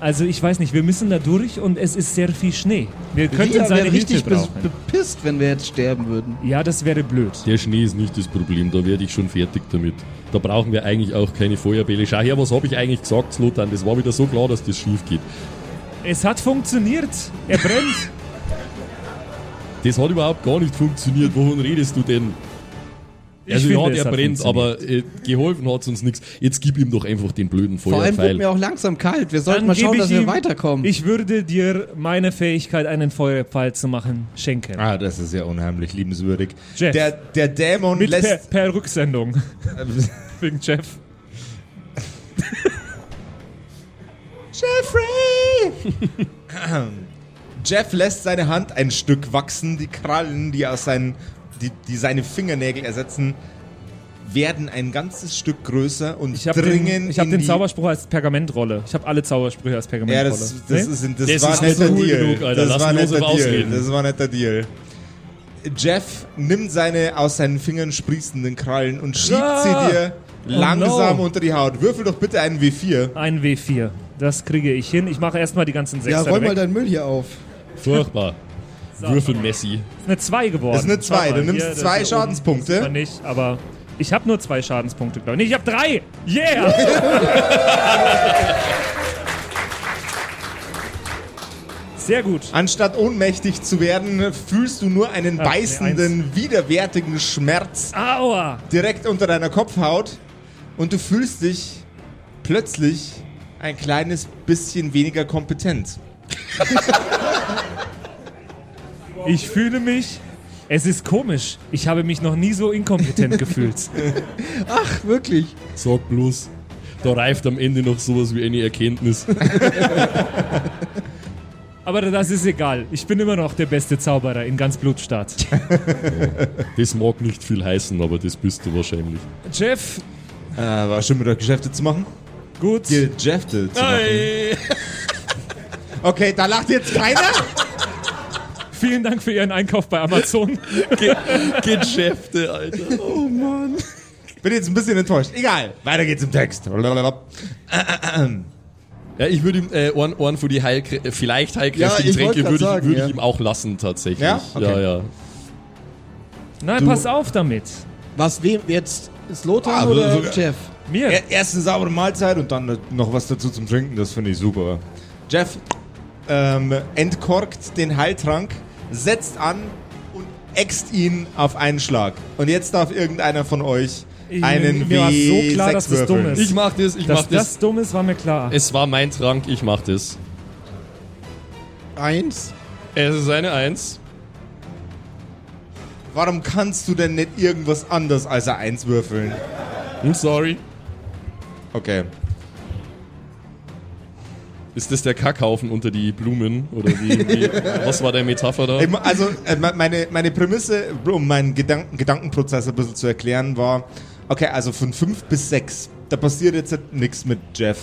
D: Also ich weiß nicht, wir müssen da durch und es ist sehr viel Schnee. Wir könnten
B: Ria
D: seine
B: wäre
D: Hilfe
B: richtig bes-
D: brauchen. Oh
B: bepisst, wenn wir jetzt sterben würden.
D: Ja, das wäre blöd.
E: Der Schnee ist nicht das Problem, da werde ich schon fertig damit. Da brauchen wir eigentlich auch keine Feuerbälle. Schau her, was habe ich eigentlich gesagt, Lothar? Das war wieder so klar, dass das schief geht.
D: Es hat funktioniert. Er brennt.
E: Das hat überhaupt gar nicht funktioniert. Wovon redest du denn?
D: Ich
E: also
D: finde,
E: ja,
D: es
E: der
D: hat
E: brennt,
D: funktioniert.
E: aber äh, geholfen hat's uns nichts. Jetzt gib ihm doch einfach den blöden
B: Vor allem wird mir
E: Feuerpfeil.
B: auch langsam kalt. Wir sollten
D: Dann
B: mal
D: gebe
B: schauen,
D: ich
B: dass wir
D: ihm-
B: weiterkommen.
D: Ich würde dir meine Fähigkeit, einen Feuerpfeil zu machen, schenken.
A: Ah, das ist ja unheimlich liebenswürdig.
D: Jeff.
A: Der, der Dämon
D: Mit per,
A: lässt...
D: per Rücksendung. Wegen Jeff.
A: Jeffrey! Jeff lässt seine Hand ein Stück wachsen. Die Krallen, die, aus seinen, die, die seine Fingernägel ersetzen, werden ein ganzes Stück größer und
D: Ich habe
A: dringen
D: den, ich hab
A: in
D: den
A: die...
D: Zauberspruch als Pergamentrolle. Ich habe alle Zaubersprüche als
A: ja,
D: Pergamentrolle. Ne?
A: das, das,
D: Nee?
A: ist, das,
E: Das
A: war
E: ist
A: nicht
E: nicht
A: der
E: cool
A: Deal.
E: genug, Alter.
A: das
E: Lass
A: war
E: den
A: nicht der
E: Josef
A: Deal.
E: ausreden.
A: Das war nicht der Deal. Jeff nimmt seine aus seinen Fingern sprießenden Krallen und schiebt
D: Ah!
A: sie dir
D: Oh
A: langsam
D: no.
A: unter die Haut. Würfel doch bitte einen W4.
D: Ein W4. Das kriege ich hin. Ich mache erstmal die ganzen
B: ja,
D: Sechser
B: räum mal
D: weg.
B: deinen Müll hier auf.
E: Furchtbar. Würfel Messi.
D: ist eine 2 geworden.
A: Das ist eine
D: Schau mal,
A: 2. Du nimmst
D: hier, das
A: zwei
D: hier oben sieht man
A: Schadenspunkte.
D: nicht, aber ich habe nur zwei Schadenspunkte, glaube ich. Nee, ich habe drei. Yeah! Sehr gut.
A: Anstatt ohnmächtig zu werden, fühlst du nur einen
D: Ach, nee,
A: beißenden, widerwärtigen Schmerz
D: Aua!
A: direkt unter deiner Kopfhaut und du fühlst dich plötzlich ein kleines bisschen weniger kompetent.
D: Ich fühle mich. Es ist komisch. Ich habe mich noch nie so inkompetent gefühlt.
B: Ach, wirklich.
E: Sag bloß, da reift am Ende noch sowas wie eine Erkenntnis.
D: Aber das ist egal. Ich bin immer noch der beste Zauberer in ganz Blutstadt.
E: Das mag nicht viel heißen, aber das bist du wahrscheinlich.
D: Jeff,
A: Äh, war schon wieder Geschäfte zu machen?
D: gut.
A: Geschäfte zu machen. Okay, da lacht jetzt keiner.
D: Vielen Dank für Ihren Einkauf bei Amazon.
E: Geschäfte, Alter. Oh Mann.
A: Bin jetzt ein bisschen enttäuscht. Egal, weiter geht's im Text.
E: Ja, ich würde ihm äh, einen, einen von die Heilkrä vielleicht heilkräftigen
B: Ja, ich wollte
E: Tränke
B: grad
E: würde ich,
B: sagen,
E: würd
B: ja.
E: ich ihm auch lassen tatsächlich.
A: Ja?
E: ja,
A: Okay.
E: ja.
D: Nein, pass auf damit.
B: Was, wem jetzt? Slotan
A: Ah,
B: oder
A: sogar-
B: Jeff?
D: Mir.
A: Er- Erst eine saubere Mahlzeit und dann äh, noch was dazu zum Trinken, das finde ich super. Jeff ähm, entkorkt den Heiltrank, setzt an und äxt ihn auf einen Schlag. Und jetzt darf irgendeiner von euch
D: Ich-
A: einen
D: mir war so
A: W6
D: klar, dass das dumm
A: würfeln.
D: ist.
E: Ich mach das, ich mach
D: Dass
E: das.
D: das dumm ist, war mir klar.
E: Es war mein Trank, ich mach das.
B: Eins.
E: Es ist eine Eins.
A: Warum kannst du denn nicht irgendwas anderes als eine Eins würfeln?
E: Hm, sorry.
A: Okay.
E: Ist das der Kackhaufen unter die Blumen? Oder wie, wie was war der Metapher da?
A: Ich mu- Also äh, me- meine, meine Prämisse, um meinen Gedanken, Gedankenprozess ein bisschen zu erklären, war, okay, also von 5 bis 6, da passiert jetzt nichts mit Jeff.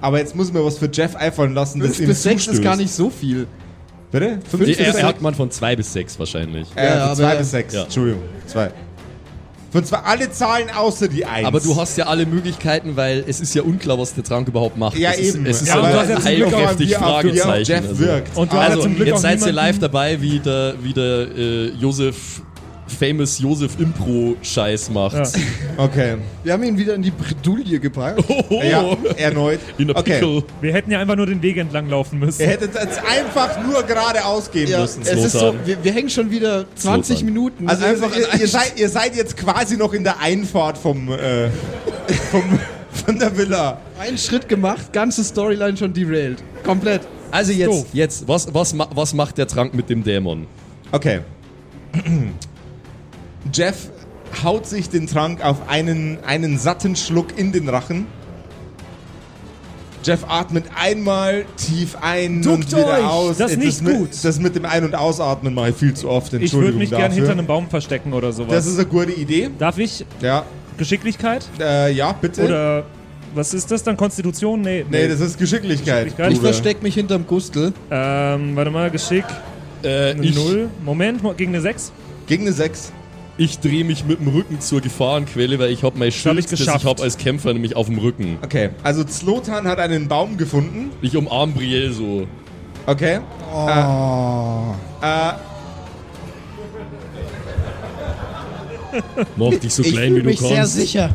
A: Aber jetzt muss ich mir was für Jeff einfallen lassen, das
B: Fünf
A: ihm
B: bis sechs ist
A: zustößt.
B: gar nicht so viel.
A: Bitte? 5
E: Die,
A: bis 6?
E: er, sagt man von zwei bis sechs wahrscheinlich.
A: Äh,
B: Ja,
A: von 2
B: aber-
A: bis 6,
E: Ja.
A: Entschuldigung. 2. Von zwei, alle Zahlen außer die 1.
H: Aber du hast ja alle Möglichkeiten, weil es ist ja unklar, was der Trank überhaupt macht.
A: Ja,
H: es ist,
A: eben.
H: Es ist
A: Ja,
H: ja,
D: und du
H: aber
D: hast ja zum Glück auch
H: heilkräftig
A: Wie auf- wie auf
H: Fragezeichen.
A: Jeff
H: also.
A: wirkt.
D: Und du hast ja
H: Also,
D: Ah, zum Glück auch
H: jetzt seid ihr
D: niemanden-
H: live dabei, wie der, wie der äh, Josef, famous Josef Impro-Scheiß macht.
D: Ja.
A: Okay.
B: Wir haben ihn wieder in die Bredouille gebracht.
A: Ja, erneut.
E: Oh. In der
A: okay.
E: Pickel.
D: Wir hätten ja einfach nur den Weg entlang laufen
A: Ihr
D: müssen.
A: hättet jetzt einfach nur geradeaus gehen
B: Ja, es
A: müssen.
B: ist so,
E: Slotan.
B: wir, wir hängen schon wieder 20
E: Slotan.
B: Minuten.
A: Also
B: einfach
A: ihr,
B: an
A: ihr,
B: einem-
A: seid, ihr seid jetzt quasi noch in der Einfahrt vom, äh, vom von der Villa.
B: einen Schritt gemacht, ganze Storyline schon derailed. Komplett.
H: Also jetzt,
D: Doof.
H: jetzt,
E: Was, was, ma- was macht der Trank mit dem Dämon?
A: Okay. Jeff haut sich den Trank auf einen, einen satten Schluck in den Rachen. Jeff atmet einmal tief ein
D: Duckt
A: und wieder
D: euch!
A: aus.
D: Das ist nicht
A: mit,
D: gut.
A: Das mit dem Ein- und Ausatmen mache ich viel zu oft.
D: Ich würde
A: Entschuldigung
D: mich
A: dafür.
D: gern hinter einem Baum verstecken oder sowas.
A: Das ist eine gute Idee.
D: Darf ich
A: Ja,
D: Geschicklichkeit?
A: äh, ja bitte.
D: Oder was ist das dann? Konstitution? Nee.
A: nee, das ist Geschicklichkeit.
D: Geschicklichkeit.
B: Ich
A: Bruder.
B: versteck mich hinterm Gustel.
D: ähm, warte mal, Geschick.
E: Äh,
D: Eine
E: ich
D: Null. Moment, mo- gegen eine 6.
A: Gegen eine 6.
E: ich drehe mich mit dem Rücken zur Gefahrenquelle, weil ich habe mein Schild,
D: hab ich
E: das ich
D: geschafft.
E: habe als Kämpfer nämlich auf dem Rücken.
A: Okay, also Zlotan hat einen Baum gefunden.
E: Ich umarm Brielle so.
A: Okay.
E: Mach dich so
B: Ich
E: klein wie
B: fühle
E: du
B: mich sehr
E: kannst.
B: sicher.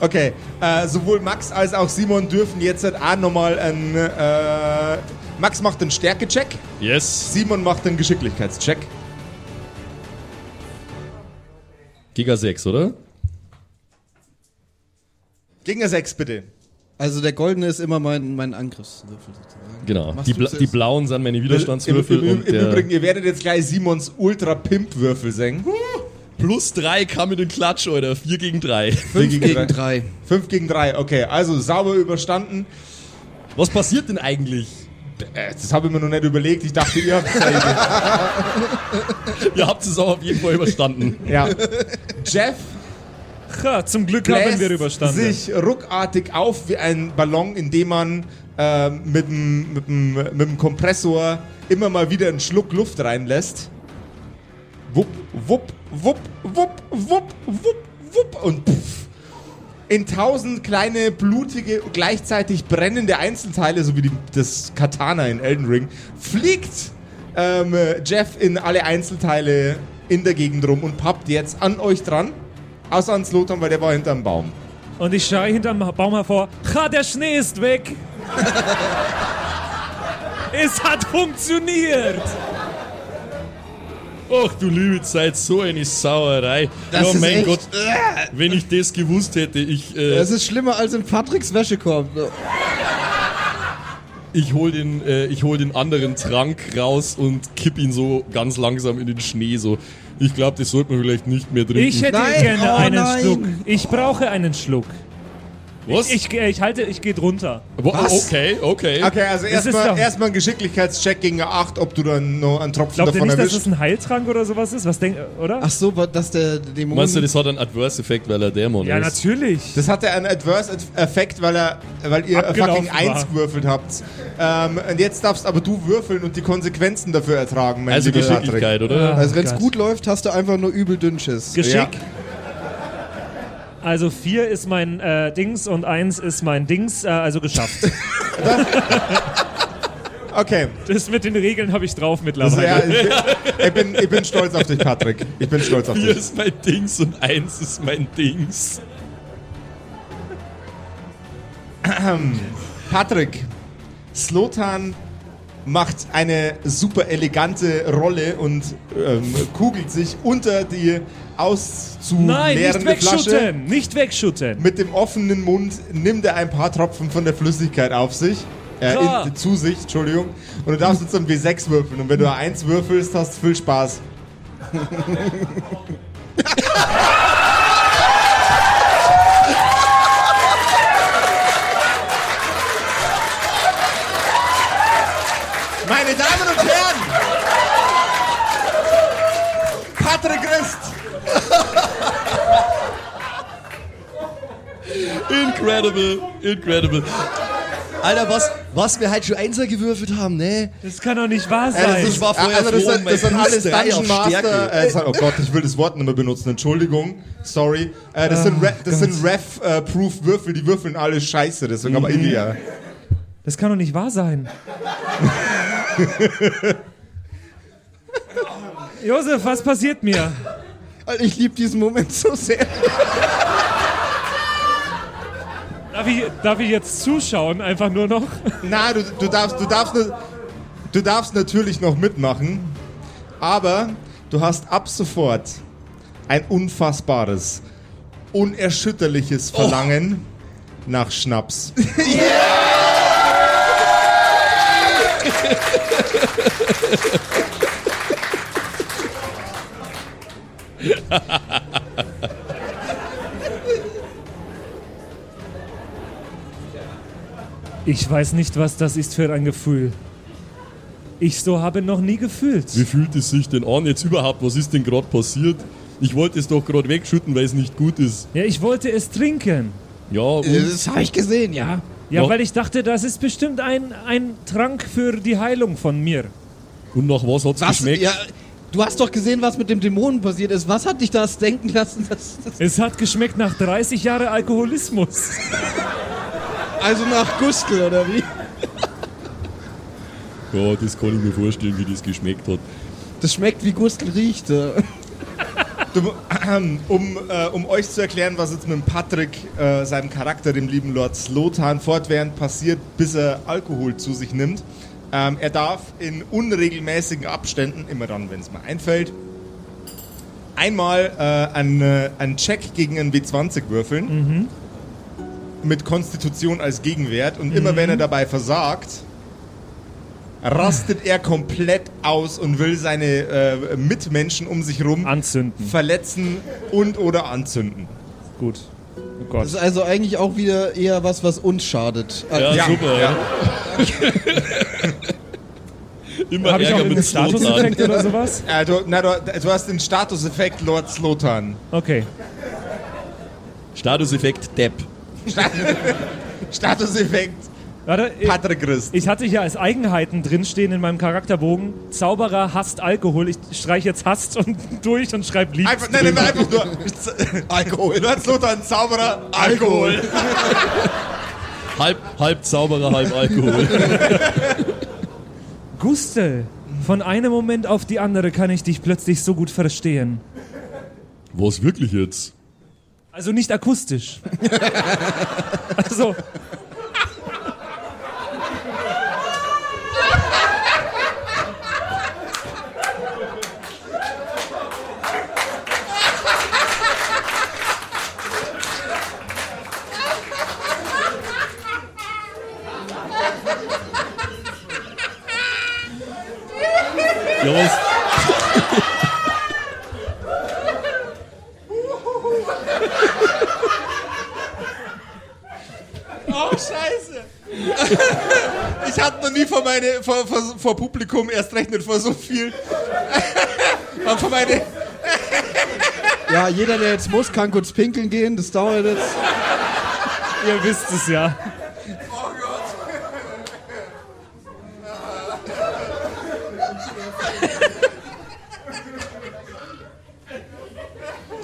A: Okay. Äh, sowohl Max als auch Simon dürfen jetzt halt auch nochmal einen. Äh, Max macht einen Stärke-Check,
E: Yes.
A: Simon macht einen Geschicklichkeitscheck.
E: Giga 6, oder?
A: Gegen eine 6, bitte.
B: Also der goldene ist immer mein, mein Angriffswürfel sozusagen.
E: Genau.
B: Machst
E: Die,
B: du
E: Bla
B: zuerst?
E: die blauen sind meine
A: Im,
E: Widerstandswürfel
A: im, im,
E: und
A: im
E: der
A: Übrigen, ihr werdet jetzt gleich Simons Ultra-Pimp-Würfel senken.
E: plus 3 kam mit den Klatsch, Alter. 4 gegen 3.
B: Fünf gegen drei.
A: 5 gegen 3, okay. Also sauber überstanden.
E: Was passiert denn eigentlich?
A: Äh, Das habe ich mir noch nicht überlegt. Ich dachte, ihr habt es
E: Ihr habt es auch auf jeden Fall überstanden.
A: Ja. Jeff
D: Ha, zum Glück haben
A: bläst
D: wir überstanden.
A: sich ruckartig auf wie ein Ballon, indem man äh, mit dem mit dem- mit dem Kompressor immer mal wieder einen Schluck Luft reinlässt. Wupp, wupp, wupp, wupp, wupp, wupp, wupp und puff. In tausend kleine, blutige, gleichzeitig brennende Einzelteile, so wie die, das Katana in Elden Ring, fliegt ähm, Jeff in alle Einzelteile in der Gegend rum und pappt jetzt an euch dran. Außer an Slotan, weil der war hinterm Baum.
D: Und ich schreie hinterm Baum hervor, ha, der Schnee ist weg. Es hat funktioniert!
E: Ach du liebe Zeit, so eine Sauerei. ja, mein Gott, wenn ich das gewusst hätte, ich, äh,
B: Es ist schlimmer als in Patricks Wäschekorb.
E: ich hol den, äh, ich hol den anderen Trank raus und kipp ihn so ganz langsam in den Schnee. So, ich glaube, das sollte man vielleicht nicht mehr trinken.
D: Ich hätte
B: Nein,
D: gerne
B: oh
D: einen
B: nein.
D: Schluck. Ich brauche einen Schluck.
E: Was?
D: Ich, ich, ich halte, ich gehe drunter.
E: Wa- Okay, okay.
A: Okay, also
D: Das ist doch-
A: erstmal erstmal einen Geschicklichkeitscheck gegen eine 8, ob du dann noch einen Tropfen
D: Glaubt ihr
A: davon
D: nicht, dass das
A: erwischt.
D: ein Heiltrank oder sowas ist? Was denkt, oder?
B: Ach so, wa- dass der Dämon.
E: Meinst du, das hat einen Adverse-Effekt, weil er Dämon
D: ja,
E: ist?
D: natürlich.
A: Das hatte einen Adverse-Effekt, weil, er, weil ihr
D: Abgelaufen
A: fucking 1
D: war.
A: gewürfelt habt. Ähm, und jetzt darfst aber du würfeln und die Konsequenzen dafür ertragen, mein
E: Also
A: lieber Patrick.
E: Geschicklichkeit, oder?
B: Also, wenn es
D: Oh Gott.
B: gut läuft, hast du einfach nur übel Dünnschiss.
D: Geschick.
A: Ja.
D: Also vier ist mein äh, Dings und eins ist mein Dings, äh, also geschafft.
A: Okay,
D: das mit den Regeln habe ich drauf
A: also,
D: mittlerweile.
A: ja, ich, ich, bin, ich bin stolz auf dich, Patrick. Ich bin stolz auf
E: Vier
A: dich.
E: ist mein Dings und eins ist mein Dings.
A: Patrick, Slotan macht eine super elegante Rolle und ähm, kugelt sich unter die
D: Nein, nicht
A: auszuleerende Flasche.
D: wegschütten! Nicht wegschütten!
A: Mit dem offenen Mund nimmt er ein paar Tropfen von der Flüssigkeit auf sich. Äh,
D: Ja.
A: in, zu sich, Entschuldigung. Und du darfst jetzt ein W6 würfeln. Und wenn du eine 1 würfelst, hast du viel Spaß. Meine Damen und Herren! Patrick Rist!
E: Incredible, incredible.
I: Alter, was, was wir halt schon Einser gewürfelt haben, ne?
D: Das kann doch nicht wahr
A: Ja,
D: sein.
A: das,
E: Ich war
A: ist,
E: vorher
A: also das,
E: froh, um
A: sind,
E: mein
A: das sind alles
I: Plus drei
A: Dungeon
I: auf
A: Master.
I: Stärke.
A: Äh, sorry, oh Gott, ich will das Wort nicht mehr benutzen. Entschuldigung. Sorry. Äh, das sind, Re das
E: Ah.
A: sind Ref-Proof Würfel. Die würfeln alle scheiße. Deswegen
E: Mhm.
A: aber irgendwie. ja.
D: das kann doch nicht wahr sein. Josef, was passiert mir?
B: Ich liebe diesen Moment so sehr.
D: Darf ich, darf ich jetzt zuschauen, einfach nur noch?
A: Na, du, du, darfst, du, darfst, ne- du darfst natürlich noch mitmachen. Aber du hast ab sofort ein unfassbares, unerschütterliches
E: Oh.
A: Verlangen nach Schnaps.
D: Ich weiß nicht, was das ist für ein Gefühl. Ich so habe noch nie
E: Wie
D: gefühlt.
E: fühlt es sich denn an jetzt überhaupt? Was ist denn gerade passiert? Ich wollte es doch gerade wegschütten, weil es nicht gut ist.
D: Ja, ich wollte es trinken.
E: Ja, und
B: Das habe ich gesehen, ja.
D: Ja,
E: Ja.
D: weil ich dachte, das ist bestimmt ein, ein Trank für die Heilung von mir.
E: und nach was hat's
B: Was?
E: geschmeckt?
B: Ja, du hast doch gesehen, was mit dem Dämonen passiert ist. Was hat dich das denken lassen? Dass, dass
D: Es hat geschmeckt nach 30 Jahren Alkoholismus.
B: also nach Gustel, oder wie?
E: Ja, das kann ich mir vorstellen, wie das geschmeckt hat.
B: Das schmeckt wie Gustel riecht. äh.
A: Du, um, äh, um euch zu erklären, was jetzt mit Patrick, äh, seinem Charakter, dem lieben Lord Slotan, fortwährend passiert, bis er Alkohol zu sich nimmt. Ähm, er darf in unregelmäßigen Abständen, immer dann, wenn es mir einfällt, einmal äh, einen, äh, einen Check gegen einen W20 würfeln. Mit Konstitution als Gegenwert. Und immer wenn er dabei versagt, rastet er komplett aus und will seine äh, Mitmenschen um sich rum
D: Anzünden.
A: verletzen und oder anzünden.
D: Gut. Oh
B: Das
D: Gott.
B: ist also eigentlich auch wieder eher was, was uns schadet. Also,
E: Ja,
A: Ja,
E: super.
A: ja.
E: Immer
D: Habe ich auch
E: Ärger
D: einen
E: mit Slotan.
D: Statuseffekt oder sowas?
A: Äh, du, na, du, du hast den Statuseffekt Lord Slotan.
D: Okay.
E: Statuseffekt Depp.
A: Statuseffekt
D: Warte, ich,
A: Patrick Rist.
D: ich hatte hier als Eigenheiten drinstehen in meinem Charakterbogen. Zauberer hasst Alkohol. Ich streiche jetzt hasst und durch und schreibe liebt.
A: Einfach, nein, nein, einfach nur Alkohol. Lord Slotan, Zauberer, Alkohol.
E: Halb, halb Zauberer, halb Alkohol.
D: Gustel, von einem Moment auf die andere kann ich dich plötzlich so gut verstehen.
E: was wirklich jetzt?
D: Also nicht akustisch. also.
E: Ja, was?
A: Oh, scheiße. Ich hatte noch nie vor, meine, vor, vor, vor Publikum, erst recht nicht vor so viel, aber vor meine...
B: Ja, jeder, der jetzt muss, kann kurz pinkeln gehen. Das dauert jetzt.
D: Ihr wisst es ja.
A: Oh Gott.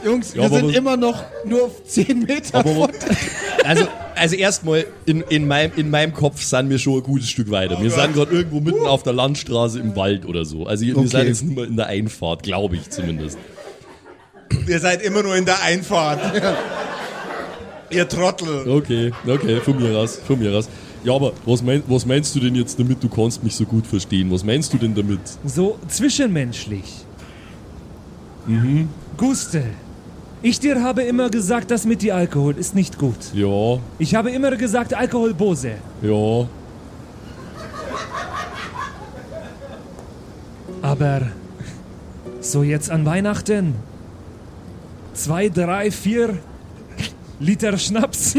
B: Jungs,
E: Ja,
B: wir
E: aber
B: sind
E: was-
B: immer noch nur auf 10 Meter
E: Aber
B: von.
E: was-
J: Also,
E: Also erstmal, in, in, meinem, in meinem Kopf sind wir schon ein gutes Stück weiter. Wir sind gerade irgendwo mitten auf der Landstraße im Wald oder so. Also wir sind jetzt nicht mehr in der Einfahrt, glaube ich zumindest.
A: Ihr seid immer nur in der Einfahrt. Ihr Trottel.
E: Okay, okay, von mir aus, von mir aus. Ja, aber was, mein, was meinst du denn jetzt damit, du kannst mich so gut verstehen? Was meinst du denn damit?
D: So zwischenmenschlich. Mhm. Guste, ich dir habe immer gesagt, das mit dir Alkohol ist nicht gut.
E: Ja,
D: Ich habe immer gesagt, Alkohol bose.
E: ja,
D: Aber so jetzt an Weihnachten zwei, drei, vier Liter Schnaps.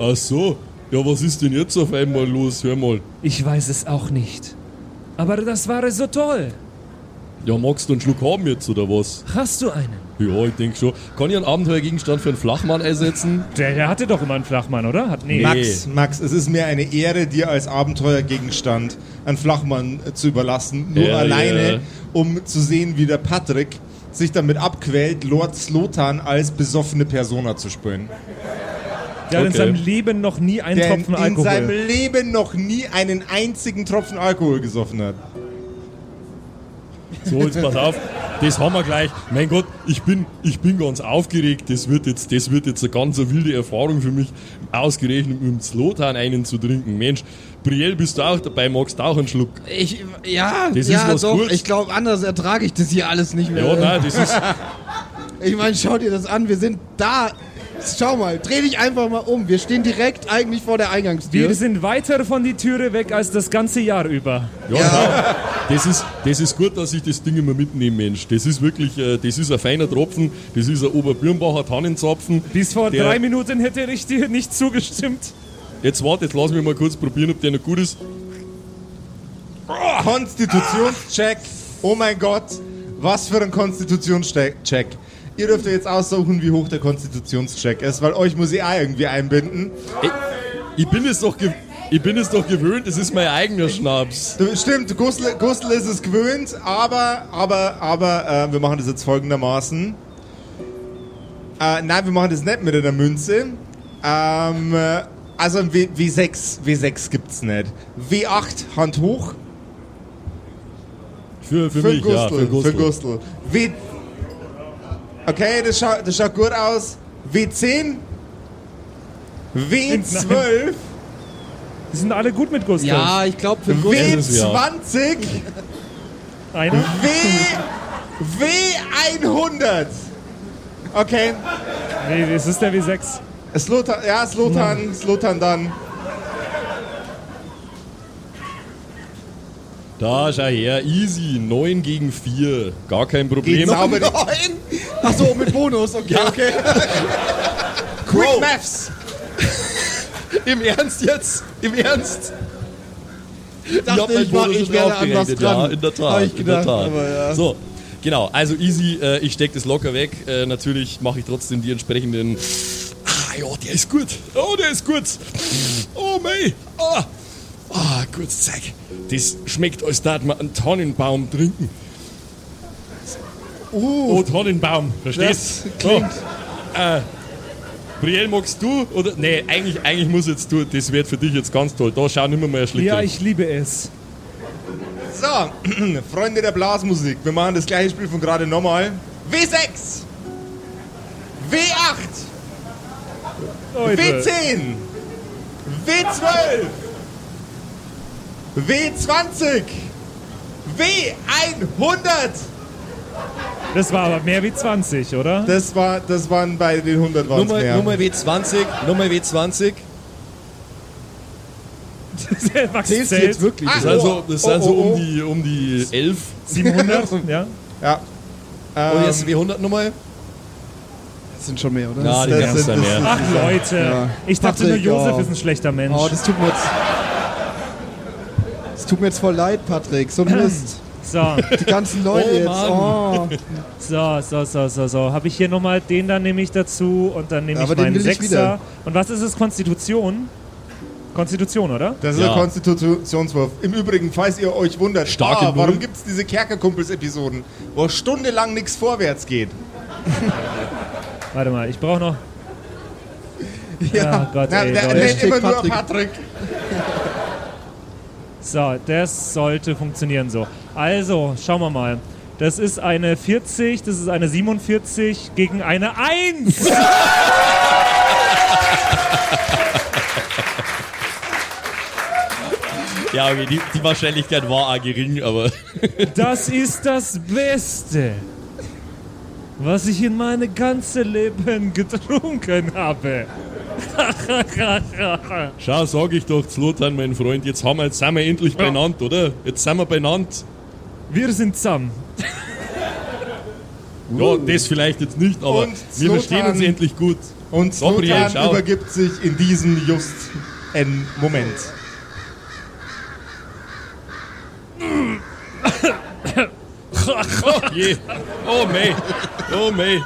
E: Ach so, ja, was ist denn jetzt auf einmal los? Hör mal.
D: Ich weiß es auch nicht. Aber das war so toll.
E: Ja, magst du einen Schluck haben jetzt oder was?
D: Hast du einen?
E: Ja, ich denke schon. Kann ich einen Abenteuergegenstand für einen Flachmann einsetzen?
D: Der, der hatte doch immer einen Flachmann, oder? Hat nee.
A: Max, Max, es ist mir eine Ehre, dir als Abenteuergegenstand einen Flachmann äh, zu überlassen. Nur
E: Ja,
A: alleine,
E: ja.
A: um zu sehen, wie der Patrick sich damit abquält, Lord Slotan als besoffene Persona zu spielen.
D: Der hat in
E: Okay.
D: seinem Leben noch nie einen
A: Der
D: Tropfen
A: in seinem
D: Alkohol.
A: Leben noch nie einen einzigen Tropfen Alkohol gesoffen hat.
E: So, jetzt pass auf. Das haben wir gleich. Mein Gott, ich bin, ich bin ganz aufgeregt. Das wird jetzt, das wird jetzt eine ganz wilde Erfahrung für mich. Ausgerechnet mit dem Slotan einen zu trinken. Mensch, Brielle, bist du auch dabei? Magst du auch einen Schluck?
B: Ich, ja,
E: Das ist
B: ja,
E: was
B: doch.
E: Gutes.
B: Ich glaube, anders ertrage ich das hier alles nicht mehr.
E: Ja, nein, das ist,
B: Ich meine, schau dir das an. Wir sind da. Schau mal, dreh dich einfach mal um. Wir stehen direkt eigentlich vor der Eingangstür.
D: Wir sind weiter von die Türe weg als das ganze Jahr über.
E: Ja, ja. Das, ist, das ist gut, dass ich das Ding immer mitnehme, Mensch. Das ist wirklich, äh, das ist ein feiner Tropfen, das ist ein Oberbirnbacher Tannenzapfen.
D: Bis vor
E: Der-
D: drei Minuten hätte ich dir nicht zugestimmt.
E: Jetzt warte, jetzt lass mich mal kurz probieren, ob der noch gut ist.
A: Konstitutionscheck. Oh mein Gott, was für ein Konstitutionscheck. Ihr dürft euch jetzt aussuchen, wie hoch der Konstitutionscheck ist, weil euch muss ich auch irgendwie einbinden.
E: Ich bin es doch, ge ich bin es doch gewöhnt, es ist mein eigener Schnaps.
A: Du, stimmt, Gustl, Gustl ist es gewöhnt, aber, aber, aber, äh, wir machen das jetzt folgendermaßen. Äh, nein, wir machen das nicht mit einer Münze. Ähm, äh, also ein W- W6, W6 gibt's nicht. W8, Hand hoch.
E: Für, für,
A: Für
E: mich, ja,
A: Gustl,
E: für Gustl.
A: für Gustl. W okay, das, schau, das schaut gut aus. W10, W12,
D: Die sind alle gut mit Gustav.
B: ja, ich glaube, für Gustl-
A: W20,
D: Einer?
A: W W100. Okay,
D: Nee, es ist der W6.
A: Slotan, ja, Slotan, Slotan dann.
E: Da, schau her, easy, 9 gegen 4, gar kein Problem.
A: Geht sauber.
B: Nein! Achso, mit Bonus, okay, okay.
A: Quick Maths.
E: Im Ernst jetzt? Im Ernst?
B: Ich dachte,
E: mein
B: ich, war,
E: Bonus
B: ich
E: schon
B: wäre anders
E: aufgerechnet,
B: dran.
E: Ja, in der Tat.
B: Hab ich gedacht,
E: in der Tat.
B: aber ja.
E: So, genau. Also easy, äh, ich stecke das locker weg. Äh, natürlich mache ich trotzdem die entsprechenden... Ah, ja, der ist gut. Oh, der ist gut. Oh, mei. Ah, ah kurz zeig. Das schmeckt, als darf man einen Tannenbaum trinken. Oh, Tannenbaum. Verstehst? du? klingt. Äh, Brielle, magst du? Oder, nee, eigentlich, eigentlich muss jetzt du, das wird für dich jetzt ganz toll. Da schau nimmer mal ein Schlick
D: Ja,
E: drauf.
D: ich liebe es.
A: So, Freunde der Blasmusik, wir machen das gleiche Spiel von gerade nochmal. W6, W8,
D: Leute.
A: W10, W12, W20, W100.
D: Das war aber mehr wie 20, oder?
A: Das, war, das waren bei den 100 waren's
J: Nummer,
A: mehr.
J: Nummer W20, Nummer W20.
D: Zählst
A: Zählst du jetzt wirklich?
E: Das
A: Ah,
E: sind
A: oh,
E: so, das
A: oh,
E: sind so
A: oh, oh.
E: um die, um die elf.
D: 700? ja.
A: Ja.
E: Und
K: Oh,
A: Ähm,
E: jetzt die 100 nochmal?
B: Das sind schon mehr, oder?
E: Na, die
A: das
E: ganze
A: sind-
E: Zeit
A: das
E: mehr.
D: Ach Leute, ich dachte
B: Patrick,
D: nur, Josef
B: ja.
D: ist ein schlechter Mensch.
B: Oh, das tut mir jetzt. Das tut mir jetzt voll leid, Patrick. So ein Mist.
D: so,
B: Die ganzen Leute
E: Oh,
B: jetzt. Oh.
D: so, so, so, so, so. Habe ich hier nochmal den dann nehme ich dazu und dann nehme ich
B: Aber den
D: meinen
B: will ich
D: Sechser.
B: wieder.
D: und was ist es? Konstitution? Konstitution, oder?
A: Das ist
E: Ja.
A: ein Konstitutionswurf. Im Übrigen, falls ihr euch wundert,
E: Starke
A: ah, warum
E: Null.
A: gibt es diese Kerkerkumpels-Episoden, wo stundenlang nichts vorwärts geht?
D: Warte mal, ich brauche noch. Ja, Gott,
A: Na,
D: ey,
A: der
D: Leute.
A: nennt immer nur
B: Patrick.
A: Patrick.
D: So, das sollte funktionieren so. Also, schauen wir mal. Das ist eine 40, das ist eine 47 gegen eine 1.
E: Ja, okay, die, die Wahrscheinlichkeit war auch gering, aber
D: Das ist das Beste, was ich in meine ganze Leben getrunken habe.
K: Schau, sag ich doch zu Lothar, mein Freund, jetzt, haben wir, jetzt sind wir endlich benannt, oder? Jetzt sind wir benannt.
D: Wir sind zusammen.
K: Ja, das vielleicht jetzt nicht, aber
A: Uh. Und
K: wir verstehen
A: Zlotan.
K: uns endlich gut.
A: Und
K: Gabriel,
A: Slotan
K: schau.
A: übergibt sich in diesem just einen Moment.
E: Oh je. Oh mei. Oh mei.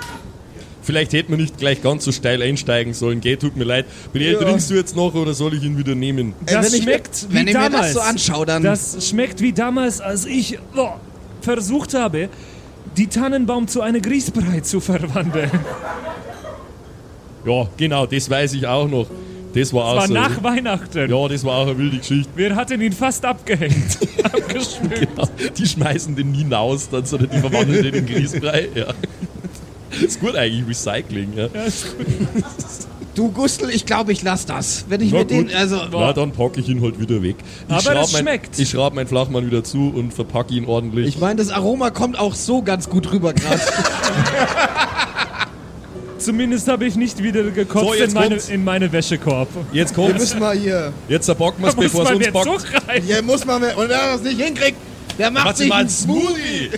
E: Vielleicht hätten wir nicht gleich ganz so steil einsteigen sollen, gell? Tut mir leid. Brielle, trinkst du jetzt noch oder soll ich ihn wieder nehmen?
D: Das
L: wenn ich mir-
D: schmeckt wie
L: Wenn ich mir das
D: damals.
L: so anschaue, dann.
D: Das schmeckt wie damals, als ich oh, versucht habe, die Tannenbaum zu einer Grießbrei zu verwandeln.
K: Ja, genau, das weiß ich auch noch. Das war auch
D: War
K: so.
D: nach Weihnachten.
K: ja, das war auch eine wilde Geschichte.
D: Wir hatten ihn fast abgehängt. Abgeschmückt.
E: Ja, Genau. die schmeißen den nie raus, dann, sondern die verwandeln den in Grießbrei. Ja. Ist gut eigentlich, Recycling. Ja.
L: Du Gustl, ich glaube, ich lass das. Wenn ich
K: Na
L: mir den.
K: gut.
L: Also.
K: Na, dann packe ich ihn halt wieder weg. Ich
D: Aber das
K: schraub mein-
D: schmeckt.
K: Ich schraube meinen Flachmann wieder zu und verpacke ihn ordentlich.
L: Ich meine, das Aroma kommt auch so ganz gut rüber gerade.
D: Zumindest habe ich nicht wieder gekotzt
E: So, jetzt
D: in, meine,
E: kommt's.
D: in meine Wäschekorb.
E: jetzt
B: Wir
E: kommt's.
B: müssen mal hier.
E: Jetzt verpacken wir es,
D: Da muss
E: bevor es
D: man
E: uns
D: jetzt so
E: packt.
D: rein.
L: Der muss man. Und wer das nicht hinkriegt, der macht
E: Warte
L: sich.
E: mal, einen
L: einen-
E: Smoothie.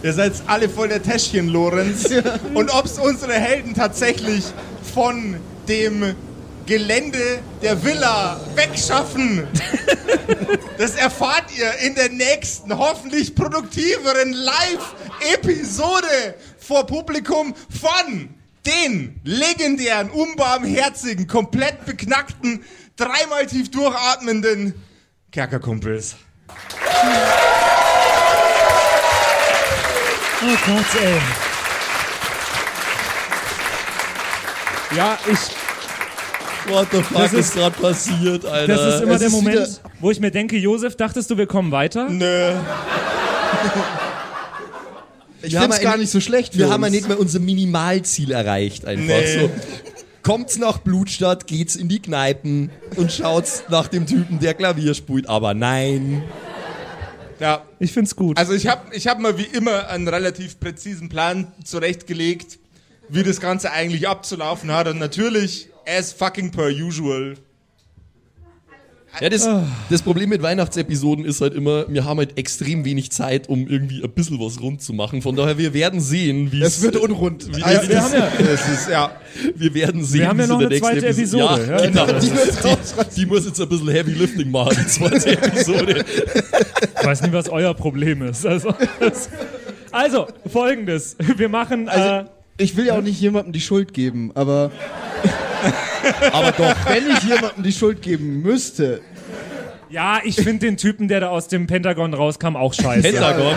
A: Ihr seid alle voll der Täschchen, Lorenz. Und ob es unsere Helden tatsächlich von dem Gelände der Villa wegschaffen, das erfahrt ihr in der nächsten, hoffentlich produktiveren Live-Episode vor Publikum von den legendären, unbarmherzigen, komplett beknackten, dreimal tief durchatmenden Kerkerkumpels.
D: Oh Gott, ey. Ja, ich,
E: What the fuck
D: Das
E: das
D: ist-
E: ist, gerade passiert, Alter?
D: das ist immer
B: Äh, es
D: der
B: ist
D: Moment,
B: wieder-
D: wo ich mir denke, Josef, dachtest du, wir kommen weiter?
A: Nö.
B: Ich
L: Wir haben
B: finde es
L: ein-
B: gar nicht so schlecht.
L: wir
B: Wir haben
L: haben
B: ja
L: ein-
B: nicht mehr unser Minimalziel erreicht. Einfach
A: Nee.
B: so. Kommt's nach Blutstadt, geht's in die Kneipen und schaut's nach dem Typen, der Klavier spielt. Aber nein.
A: Ja,
D: Ich find's gut.
A: Also ich habe ich hab mir wie immer einen relativ präzisen Plan zurechtgelegt, wie das Ganze eigentlich abzulaufen hat. Und natürlich, as fucking per usual.
E: Ja, das, Ah. das Problem mit Weihnachtsepisoden ist halt immer, wir haben halt extrem wenig Zeit, um irgendwie ein bisschen was rund zu machen. Von daher, wir werden sehen, wie es.
B: unrund.
E: Wie,
B: Also,
D: wir haben ja,
A: Das ist, ja.
E: wir werden sehen,
D: haben ja
E: wie's
D: noch
E: in der
D: eine
E: nächsten
D: zweite
E: Episo-
D: Episode, ja,
E: Ja, genau.
B: die wird's
E: Die, die muss jetzt ein bisschen Heavy Lifting machen, die zweite Episode.
D: ich
B: Also-
D: weiß nicht, was euer Problem ist. Also, das, also folgendes. Wir machen, äh,
B: Also, ich will ja auch nicht jemandem die Schuld geben, aber. aber doch. Wenn ich jemandem die Schuld geben müsste,
D: ja, ich find den Typen, der da aus dem Pentagon rauskam, auch scheiße.
E: Pentagon.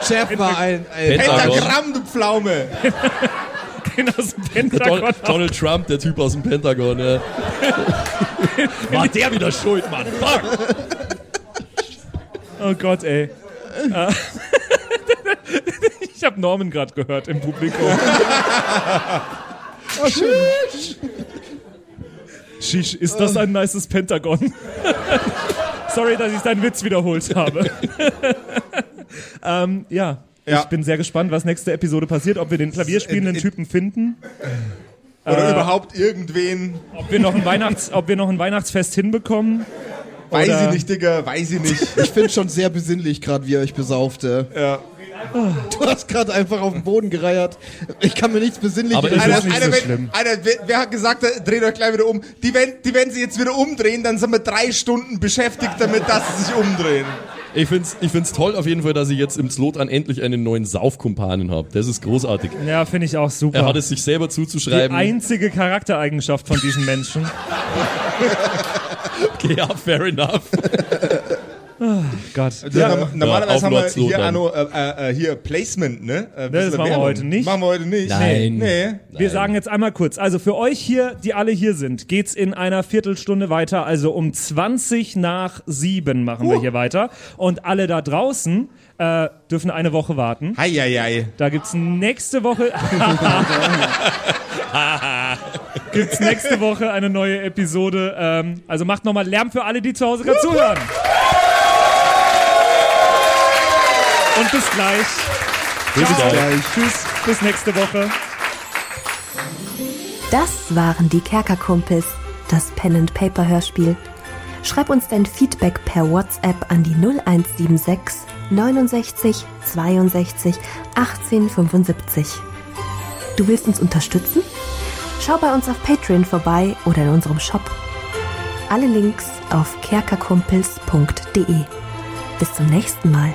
L: Chef war ein. ein
E: Pentagon.
A: Pentagramm, du Pflaume!
D: Den aus dem
E: Don
D: Pentagon.
E: Donald Trump, der Typ aus dem Pentagon, ja. War der wieder schuld, Mann. Fuck.
D: Oh Gott, ey. Äh, ich habe Norman gerade gehört im Publikum. Shish, ist das ein nices Pentagon? Sorry, dass ich deinen Witz wiederholt habe. ähm, ja,
A: Ja.
D: ich bin sehr gespannt, was nächste Episode passiert, ob wir den klavierspielenden Typen finden.
A: Oder überhaupt irgendwen.
D: Ob wir noch ein, Weihnachts ob wir noch ein Weihnachtsfest hinbekommen?
A: Weiß
D: Oder-
A: ich nicht, Digga, weiß ich nicht.
M: Ich finde schon sehr besinnlich, gerade wie ihr euch besaufte.
A: Ja.
M: Du hast gerade einfach auf den Boden gereiert. Ich kann mir nichts besinnlich
H: Aber
A: Alter,
H: ist
A: Alter, wenn, Alter, wer, wer hat gesagt, dreht euch gleich wieder um? Die wenn, die, wenn sie jetzt wieder umdrehen, dann sind wir drei Stunden beschäftigt damit, dass sie sich umdrehen.
H: Ich find's, ich find's toll auf jeden Fall, dass ich jetzt im Slotan endlich einen neuen Saufkumpanen habe. Das ist großartig.
D: Ja, finde ich auch super.
H: Er hat es sich selber
D: die
H: zuzuschreiben.
D: einzige Charaktereigenschaft von diesen Menschen.
H: Ja, fair enough.
D: Gott.
A: Ja,
D: Ja,
A: norm- normalerweise
H: auf
A: haben
H: Lords
A: wir hier,
H: Lothar.
A: Anno, äh, äh, hier Placement, ne? Äh,
D: das
A: bisschen
D: machen wir
A: Werbung.
D: heute nicht.
A: Machen wir heute nicht.
H: Nein.
A: Nee.
D: wir sagen jetzt einmal kurz, also für euch hier, die alle hier sind, geht's in einer Viertelstunde weiter, also um 20 nach 7 machen wir hier weiter und alle da draußen äh, dürfen eine Woche warten.
A: Heieiei.
D: Da gibt's nächste Woche. gibt's nächste Woche eine neue Episode. Ähm, also macht nochmal Lärm für alle, die zu Hause gerade zuhören. Und bis gleich.
H: Bis gleich.
D: Tschüss, bis nächste Woche.
F: Das waren die Kerkerkumpels, das Pen and Paper Hörspiel. Schreib uns dein Feedback per WhatsApp an die 0176 69 62 18 75. Du willst uns unterstützen? Schau bei uns auf Patreon vorbei oder in unserem Shop. Alle Links auf kerkerkumpels.de. Bis zum nächsten Mal.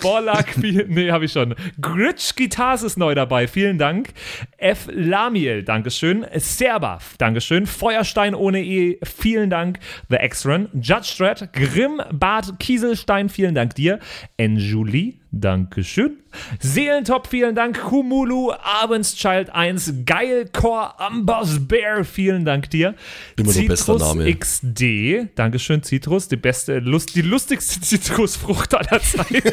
D: Borlak, viel- nee, habe ich schon. Gritsch Guitars ist neu dabei, vielen Dank. F. Lamiel, Dankeschön. Serba, Dankeschön. Feuerstein ohne E, vielen Dank. The X-Run. Judge Dredd, Grimm, Bart Kieselstein, vielen Dank dir. Enjuli, Dankeschön. Seelentop, vielen Dank. Kumulu, Abendschild 1, Geilcore, Ambers Bear, vielen Dank dir.
H: Immer noch bester
D: Citrus
H: Name.
D: XD, Dankeschön, Citrus, die beste, Lust, die lustigste Zitrusfrucht aller Zeiten.